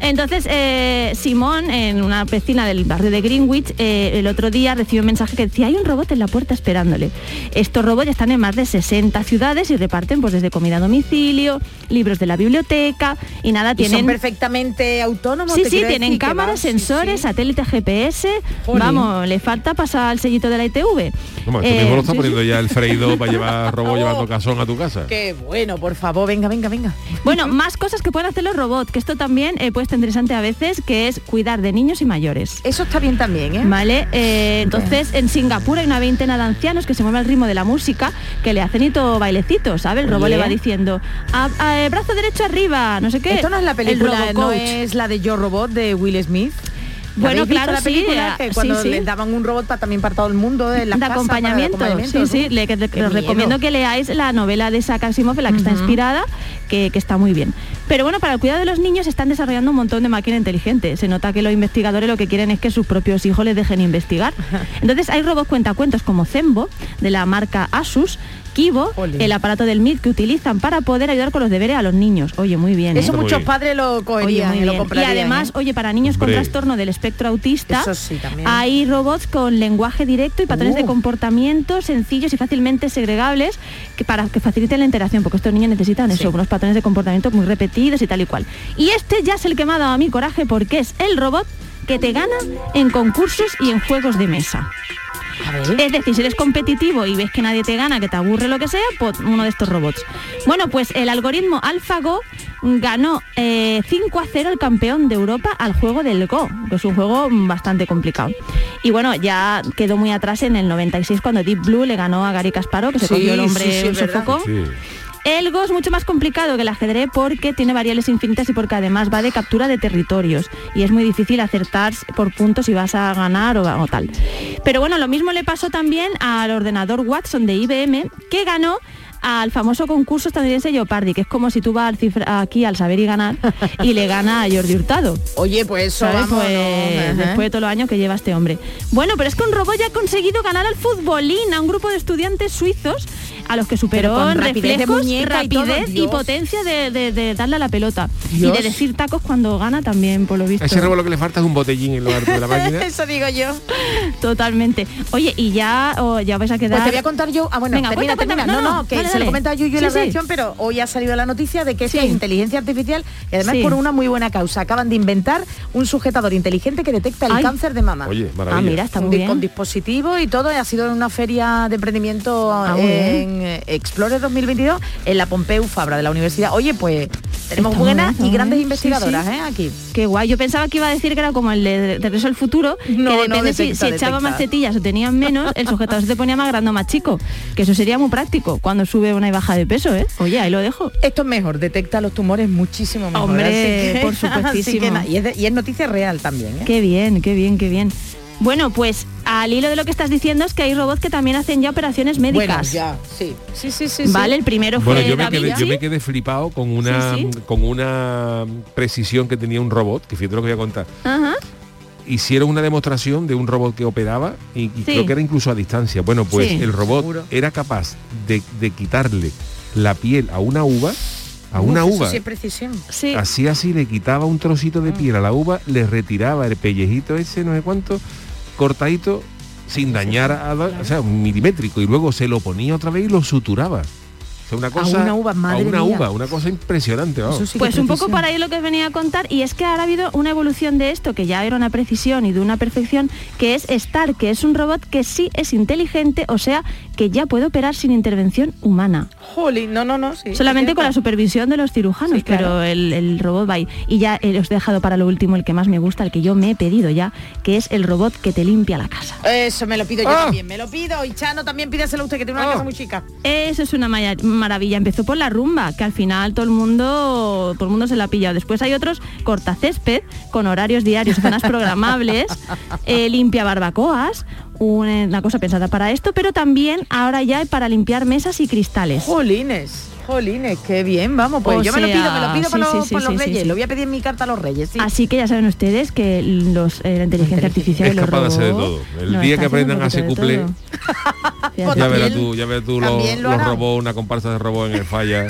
G: Entonces, eh, Simón, en una piscina del barrio de Greenwich, eh, el otro día recibió un mensaje que decía, hay un robot en la puerta esperándole. Estos robots ya están en más de 60 ciudades y reparten pues desde comida a domicilio, libros de la biblioteca, y nada,
F: Y son
G: tienen...
F: perfectamente autónomos.
G: Sí,
F: te
G: sí,
F: quiero
G: tienen
F: decir que
G: cámaras,
F: van, sí,
G: sensores,
F: sí.
G: satélite GPS.
F: Jolín.
G: Vamos, le falta pasar al sellito de la ITV.
A: Toma, tú
G: Eh,
A: mismo lo estás
G: sí,
A: poniendo
G: sí.
A: ya el freído para llevar robot llevando casón a tu casa.
F: Qué bueno, por favor, venga, venga, venga.
G: Bueno, más cosas que pueden hacer los robots, que esto también eh, puedes interesante a veces, que es cuidar de niños y mayores.
F: Eso está bien también, ¿eh?
G: Vale, eh, entonces en Singapur hay una veintena de ancianos que se mueven al ritmo de la música, que le hacen hito bailecitos, ¿sabes? El robo
F: Oye.
G: le va diciendo, "A- a- eh, brazo derecho arriba, no sé qué.
F: Esto no es la
G: El
F: película, no
G: Robocoach.
F: es la de Yo Robot de Will Smith.
G: Bueno,
F: ¿Habéis visto
G: claro,
F: la
G: sí,
F: película
G: ah,
F: que
G: sí,
F: cuando
G: sí.
F: les daban un robot para también para todo el mundo de las
G: de
F: casas, para el
G: acompañamiento, sí, sí,
F: ¿no?
G: le, que-
F: Qué
G: os
F: miedo.
G: recomiendo que leáis la novela de Isaac Asimov, en la que está inspirada, que, que está muy bien. Pero bueno, para el cuidado de los niños se están desarrollando un montón de máquina inteligente. Se nota que los investigadores lo que quieren es que sus propios hijos les dejen investigar. Entonces hay robots cuentacuentos como Zembo, de la marca Asus, Kibo, el aparato del MIT que utilizan para poder ayudar con los deberes a los niños. Oye, muy bien.
F: Eso
G: ¿eh?
F: muchos padres lo cogerían
G: Oye,
F: y
G: muy
F: lo
G: bien.
F: comprarían.
G: Y además,
F: ¿eh?
G: oye, para niños
F: Hombre.
G: con trastorno del espectro autista,
F: Eso sí, también.
G: hay robots con lenguaje directo y patrones de
F: Uh.
G: comportamiento sencillos y fácilmente segregables que para que faciliten la interacción, porque estos niños necesitan eso, unos patrones de comportamiento muy repetidos y tal y cual. Y este ya es el que me ha dado a mí coraje porque es el robot que te gana en concursos y en juegos de mesa. Es decir, si eres competitivo y ves que nadie te gana, que te aburre lo que sea, pues uno de estos robots. Bueno, pues el algoritmo AlphaGo ganó eh, 5 a 0 al campeón de Europa al juego del Go, que es un juego mm, bastante complicado. Y bueno, ya quedó muy atrás en el 96 cuando Deep Blue le ganó a Gary Kasparov, que se
F: Sí,
G: cogió el hombre
F: sí, sí,
G: un
F: es verdad.
G: sofocón. El Go es mucho más complicado que el ajedrez porque tiene variables infinitas y porque además va de captura de territorios y es muy difícil acertar por puntos si vas a ganar o, o tal. Pero bueno, lo mismo le pasó también al ordenador Watson de IBM que ganó al famoso concurso estadounidense Jeopardy, que es como si tú vas al cifra- aquí al saber y ganar y le gana a Jordi Hurtado.
F: Oye, pues eso,
G: ¿Sabes?
F: vamos,
G: Pues,
F: no, ajá.
G: después de todos los años que lleva este hombre. Bueno, pero es que un robot ya ha conseguido ganar al futbolín a un grupo de estudiantes suizos a los que
F: Pero
G: superó
F: con
G: en
F: rapidez de
G: reflejos,
F: muñeca y todo,
G: rapidez y,
F: Dios.
G: potencia de, de- de darle a la pelota.
A: Dios.
G: Y de decir tacos cuando gana también, por lo
A: A
G: visto.
A: ese robot lo que le falta es un botellín en lugar de la máquina.
G: pues,
F: Eso digo yo.
G: Totalmente. Oye, y ya, oh, ya vais a quedar...
F: Pues te voy a contar yo. Ah, bueno,
G: Venga,
F: termina,
G: cuenta,
F: termina.
G: cuenta.
F: no, no, que
G: dale,
F: se
G: dale.
F: lo comentaba yo, yo en la
G: Sí, sí.
F: redacción, pero hoy ha salido la noticia de que esta
G: Sí.
F: inteligencia artificial, y además
G: Sí.
F: por una muy buena causa, acaban de inventar un sujetador inteligente que detecta el
G: Ay.
F: cáncer de mama.
A: Oye, maravilla. Ah, mira, está
F: Un
G: muy
F: di-
G: bien.
F: Con dispositivo y todo, y ha sido en una feria de emprendimiento
G: Ah, muy
F: en eh, Explore 2022 en la Pompeu Fabra de la universidad. Oye, pues tenemos
G: Está muy bien,
F: buenas
G: está
F: y
G: muy
F: grandes
G: bien. Sí,
F: investigadoras,
G: sí.
F: ¿eh? Aquí.
G: Qué guay, yo pensaba que iba a decir que era como el de de Regreso al Futuro,
F: No,
G: que
F: no,
G: depende si- si,
F: detecta,
G: echaba
F: detecta.
G: más tetillas o tenían menos, el sujetador se te ponía más grande o más chico, que eso sería muy práctico cuando sube una y baja de peso, ¿eh? Oye, ahí lo dejo.
F: Esto es mejor, detecta los tumores muchísimo mejor.
G: Hombre,
F: así que-
G: por
F: así que
G: supuestísimo.
F: na- y, es de- y es noticia real también, ¿eh?
G: Qué bien, qué bien, qué bien. Bueno, pues al hilo de lo que estás diciendo es que hay robots que también hacen ya operaciones
F: Bueno,
G: médicas.
F: ya, sí. Sí, sí, sí.
G: vale,
F: sí.
G: el primero fue
A: Bueno, yo me,
G: Da
A: quedé,
G: Vinci.
A: yo me quedé flipado con una,
G: Sí,
A: con una precisión que tenía un robot, que fíjate lo que voy a contar.
G: Ajá.
A: Hicieron una demostración de un robot que operaba y, y
G: Sí.
A: creo que era incluso a distancia. Bueno, pues
G: Sí.
A: el robot
G: Seguro.
A: era capaz de, de quitarle la piel a una uva, a una
F: Uf, eso
A: uva.
F: sí Ah. es precisión.
G: Sí.
A: Así así le quitaba un trocito de piel a la uva, le retiraba el pellejito ese, no sé cuánto, cortadito, sin dañar a, o sea, un milimétrico, y luego se lo ponía otra vez y lo suturaba. O sea, una cosa,
F: una uva, madre
A: a una
F: mía.
A: uva, una cosa impresionante, vamos.
F: Eso sí que
G: Pues un poco
F: precisión.
G: para ahí lo que os venía a contar y es que ahora ha habido una evolución de esto que ya era una precisión y de una perfección que es Star, que es un robot que sí es inteligente, o sea, que ya puede operar sin intervención humana.
F: Jolín, no, no, no, sí.
G: Solamente
F: es
G: con la
F: cierto.
G: supervisión de los cirujanos,
F: Sí, claro.
G: pero el, el robot va ahí. Y ya eh, os he dejado para lo último el que más me gusta, el que yo me he pedido ya, que es el robot que te limpia la casa.
F: Eso me lo pido yo
G: Ah.
F: también, me lo pido. Y Chano también pídaselo a usted, que tiene una casa muy chica.
G: Eso es una maya- maravilla. Empezó por la rumba, que al final todo el mundo, todo el mundo se la ha pillado. Después hay otros cortacésped con horarios diarios, zonas programables, eh, limpia barbacoas, eh, una cosa pensada para esto, pero también ahora ya hay para limpiar mesas y cristales.
F: Jolines, jolines, qué bien, vamos, pues
G: O
F: yo me lo pido, me lo
G: sea,
F: pido
G: sí,
F: por los,
G: sí, sí,
F: por los
G: sí, sí,
F: reyes,
G: sí.
F: lo voy a pedir en mi carta a los reyes, sí.
G: Así que ya saben ustedes que los, eh, la inteligencia artificial
A: Es
G: y los
A: capaz de hacer de
G: robots
A: todo. El
G: nos
A: día
G: está
A: que
G: haciendo
A: aprendan
G: un
A: a hacer
G: poquito
A: cuplé,
G: de todo. Fíjate.
A: Ya verás tú, ya verás tú los,
F: también lo
A: los
F: harán.
A: robots, una comparsa de robots en el falla.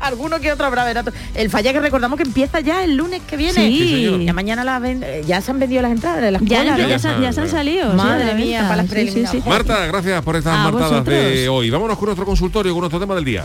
F: Alguno que otro habrá verá tú. El falla que recordamos que empieza ya el lunes que viene.
G: Sí. Sí, señor.
F: Ya mañana las ven- eh, ya se han vendido las entradas de las
G: Ya,
F: colas,
G: la-
F: ¿no?
G: ya se, ya se han salido. sí,
F: Madre
G: de la
F: mía,
G: venta.
F: para las
G: Sí, sí, sí.
A: Marta, gracias por estas
G: A
A: martadas de
G: vosotros.
A: hoy. Vámonos con nuestro consultorio, con nuestro tema del día.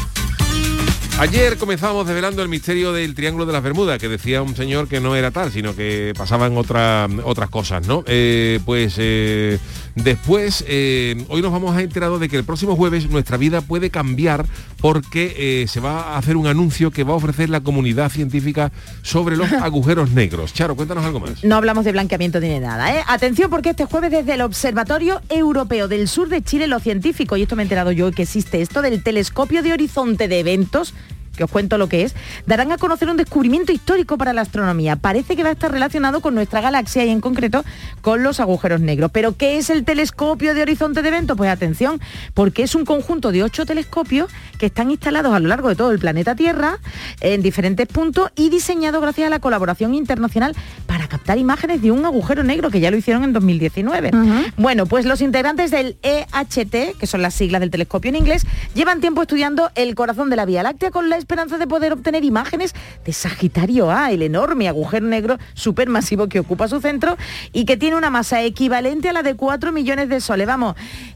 A: Ayer comenzamos desvelando el misterio del Triángulo de las Bermudas, que decía un señor que no era tal, sino que pasaban otra- otras cosas, ¿no? Eh, pues eh, después, eh, hoy nos vamos a enterar de que el próximo jueves nuestra vida puede cambiar porque eh, se va a hacer un anuncio que va a ofrecer la comunidad científica sobre los agujeros negros. Charo, cuéntanos algo más.
F: No hablamos de blanqueamiento ni de nada, ¿eh? Atención porque este jueves desde el Observatorio Europeo del Sur de Chile, los científicos, y esto me he enterado yo que existe esto, del telescopio de horizonte de eventos, que os cuento lo que es, darán a conocer un descubrimiento histórico para la astronomía. Parece que va a estar relacionado con nuestra galaxia y en concreto con los agujeros negros. Pero ¿qué es el telescopio de horizonte de eventos? Pues atención, porque es un conjunto de ocho telescopios que están instalados a lo largo de todo el planeta Tierra en diferentes puntos y diseñados gracias a la colaboración internacional para captar imágenes de un agujero negro que ya lo hicieron en 2019. Bueno, pues los integrantes del EHT, que son las siglas del telescopio en inglés, llevan tiempo estudiando el corazón de la Vía Láctea con la esperanza de poder obtener imágenes de Sagitario A, el enorme agujero negro supermasivo que ocupa su centro y que tiene una masa equivalente a la de 4 millones de soles. Vamos,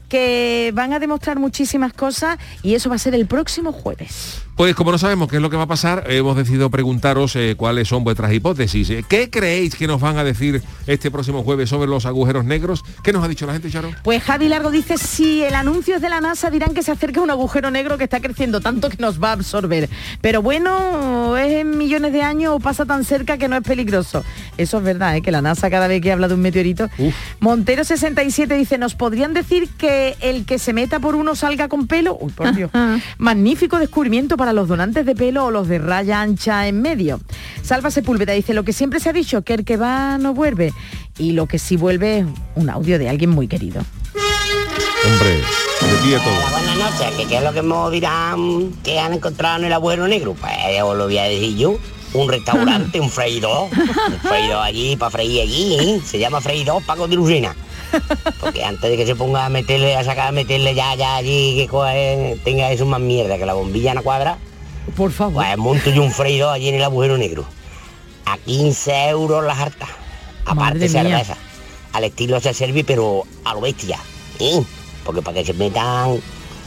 F: que van a demostrar muchísimas cosas y eso va a ser el próximo jueves.
A: Pues como no sabemos qué es lo que va a pasar, hemos decidido preguntaros eh, cuáles son vuestras hipótesis. Eh, ¿Qué creéis que nos van a decir este próximo jueves sobre los agujeros negros? ¿Qué nos ha dicho la gente, Charo?
F: Pues Javi Largo dice, si el anuncio es de la NASA dirán que se acerca un agujero negro que está creciendo tanto que nos va a absorber. Pero bueno, es en millones de años o pasa tan cerca que no es peligroso. Eso es verdad, ¿eh? que la NASA cada vez que habla de un meteorito. Montero 67 dice, ¿nos podrían decir que el que se meta por uno salga con pelo? Uy, por Dios. Magnífico descubrimiento para los donantes de pelo o los de raya ancha en medio. Salva Sepúlveda dice, lo que siempre se ha dicho, que el que va no vuelve. Y lo que sí vuelve es un audio de alguien muy querido.
A: Hombre, de
M: Buenas noches, que qué es lo que me dirán que han encontrado en el abuelo negro. Pues os lo voy a decir yo. Un restaurante, un freidor. Un freidor allí, para freír allí. ¿eh? Se llama freidor Paco de Lucena. Porque antes de que se ponga a meterle, a sacar, a meterle ya, ya allí, que coge- tenga eso más mierda que la bombilla en la cuadra.
F: Por favor.
M: Pues monto yo un freidor allí en el agujero negro. A 15 euros las hartas. Aparte
F: Madre mía.
M: cerveza. Al estilo se servi, pero a lo bestia. ¿eh? Porque para que se metan,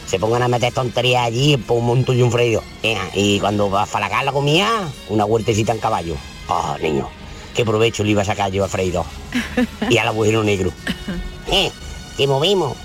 M: se pongan a meter tonterías allí, pues un montón y un freído. Venga, Y cuando va a falagar la comida, una huertecita en caballo. Oh, niño, qué provecho le iba a sacar yo a freído. Y al agujero negro. ¿Eh? Que movimos.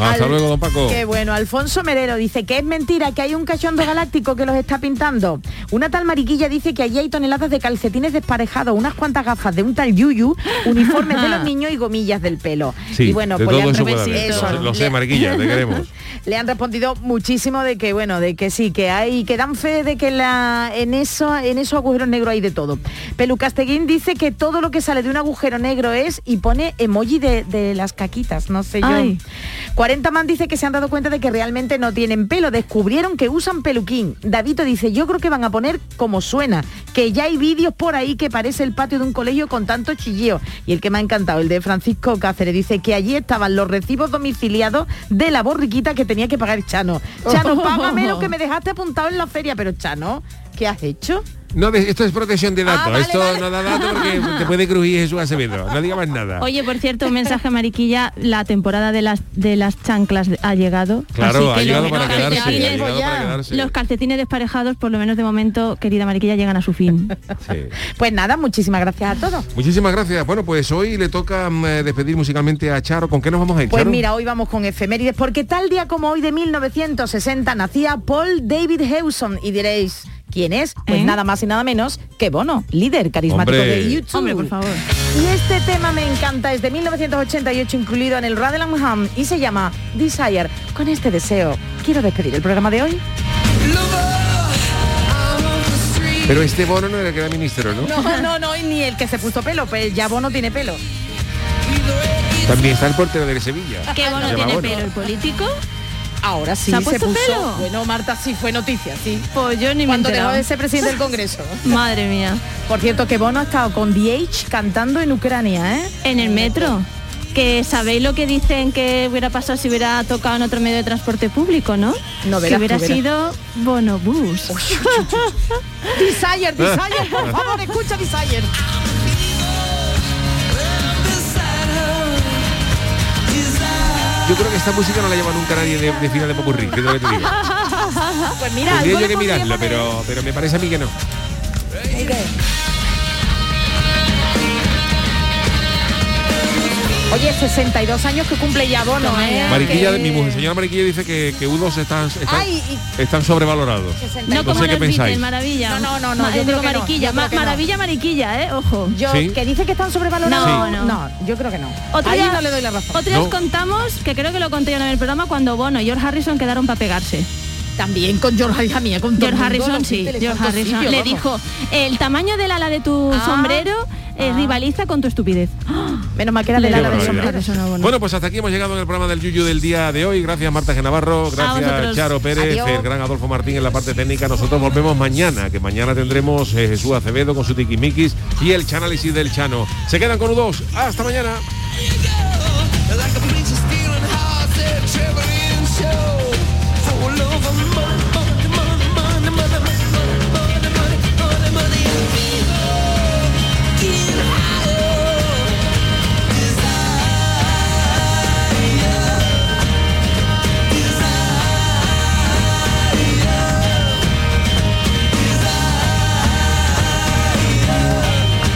A: Hasta luego, don Paco.
F: Qué bueno. Alfonso Merero dice que es mentira que hay un cachondo galáctico que los está pintando. Una tal mariquilla dice que allí hay toneladas de calcetines desparejados, unas cuantas gafas de un tal Yuyu, uniformes de los niños y gomillas del pelo.
A: Sí,
F: y bueno,
A: de
F: pues le
A: todo
F: han
A: eso puede haber.
F: respondido-
A: Lo- lo sé, Mariquilla, te queremos.
F: Le han respondido muchísimo de que bueno, de que sí, que hay, que dan fe de que la, en eso, en esos agujeros negros hay de todo. Pelucasteguín dice que todo lo que sale de un agujero negro es y pone emoji de, de las caquitas, no sé yo.
G: Ay.
F: 40 Man dice que se han dado cuenta de que realmente no tienen pelo. Descubrieron que usan peluquín. Davito dice, yo creo que van a poner como suena, que ya hay vídeos por ahí que parece el patio de un colegio con tanto chilleo. Y el que me ha encantado, el de Francisco Cáceres, dice que allí estaban los recibos domiciliados de la borriquita que tenía que pagar Chano. Chano, págame lo que me dejaste apuntado en la feria, pero Chano, ¿qué has hecho?
A: No, de- esto es protección de datos.
F: Ah, vale,
A: esto
F: vale.
A: no da datos porque te puede crujir Jesús Acevedo. No diga más nada.
G: Oye, por cierto, un mensaje a Mariquilla, la temporada de las de las chanclas ha llegado.
A: Claro,
G: así que
A: ha llegado
G: los
A: para quedarse, ha
G: calcetines-
A: llegado para quedarse.
G: Los calcetines desparejados, por lo menos de momento, querida Mariquilla, llegan a su fin.
F: Pues nada, muchísimas gracias a todos.
A: Muchísimas gracias. Bueno, pues hoy le toca mm, eh, despedir musicalmente a Charo. ¿Con qué nos vamos a ir,
F: Pues
A: Charo?
F: mira, hoy vamos con efemérides, porque tal día como hoy de 1960 nacía Paul David Hewson y diréis, ¿quién es? Pues nada más y nada menos que Bono, líder carismático
G: Hombre.
F: de YouTube.
G: Hombre, por favor.
F: Y este tema me encanta, es de 1988 incluido en el Radioland Ham y se llama Desire. Con este deseo quiero despedir el programa de hoy.
A: Pero este bono no era el que era ministro, ¿no?
F: No, no, no, y ni el que se puso pelo, pues ya Bono tiene pelo.
A: También está el portero del Sevilla.
G: Que Bono
A: Se llama
G: tiene
A: Bono.
G: pelo el político.
F: Ahora sí
G: ¿Se
F: se,
G: ha puesto
F: puso
G: pelo?
F: Bueno, Marta, sí fue noticia, sí.
G: Pues yo ni me he
F: Cuando dejó
G: enterado.
F: de ser presidente del Congreso.
G: Madre mía.
F: Por cierto, que Bono ha estado con DH cantando en Ucrania, ¿eh?
G: En el metro. Que sabéis lo que dicen que hubiera pasado si hubiera tocado en otro medio de transporte público, ¿no?
F: No
G: si
F: verás,
G: hubiera
F: tú verás.
G: sido Bonobús.
F: Desire, Desire, por favor, escucha Desire.
A: Yo creo que esta música no la lleva nunca nadie de, de final de Popurrí, que es lo que te digo.
G: Pues mira,
A: Tendría
G: algo
A: yo
G: le
A: que
G: podría
A: mirarlo,
G: poner.
A: pero, pero me parece a mí que no.
F: Oye, 62 años que cumple ya Bono, ¿eh?
A: Mariquilla, de- mi mujer, señora Mariquilla dice que, que U2 están, están,
F: Ay,
A: están sobrevalorados.
G: No como
A: sé qué
G: los Beatles,
A: pensáis.
G: maravilla.
F: No, no, no, no,
G: Ma-
F: yo
G: digo
F: creo que no,
G: mariquilla,
F: yo creo
G: ma-
F: que no.
G: maravilla, mariquilla, eh, ojo.
F: Yo,
A: Sí.
F: que dice que están sobrevalorados.
G: No, no.
F: yo creo que no.
G: Otro
F: Ahí
G: día,
F: no le doy la razón.
G: Otro día os
F: No.
G: contamos, que creo que lo conté yo en el programa, cuando Bono y George Harrison quedaron para pegarse.
N: También con George, hija mía, con todo
G: George
N: el mundo,
G: Harrison,
N: los
G: sí.
N: Beatles,
G: George
N: tantos
G: Harrison
N: sitios,
G: le
N: vamos.
G: dijo, el tamaño del ala de tu
N: Ah,
G: sombrero eh, rivaliza con tu estupidez.
F: Menos mal que era
G: del
A: Qué
G: ala de
A: barbaridad.
G: sombrero.
A: Bueno, pues hasta aquí hemos llegado en el programa del Yuyu del día de hoy. Gracias Marta Genavarro,
G: vosotros.
A: gracias Charo Pérez,
G: Adiós.
A: el gran Adolfo Martín en la parte técnica. Nosotros volvemos mañana, que mañana tendremos eh, Jesús Acevedo con su tiquimiquis y el chanálisis del Chano. Se quedan con U2. Hasta mañana.
E: Like a breeze of stealing hearts at traveling show. Full of money, money, money, money, money, money, money, money, money, money, and fever. Get higher.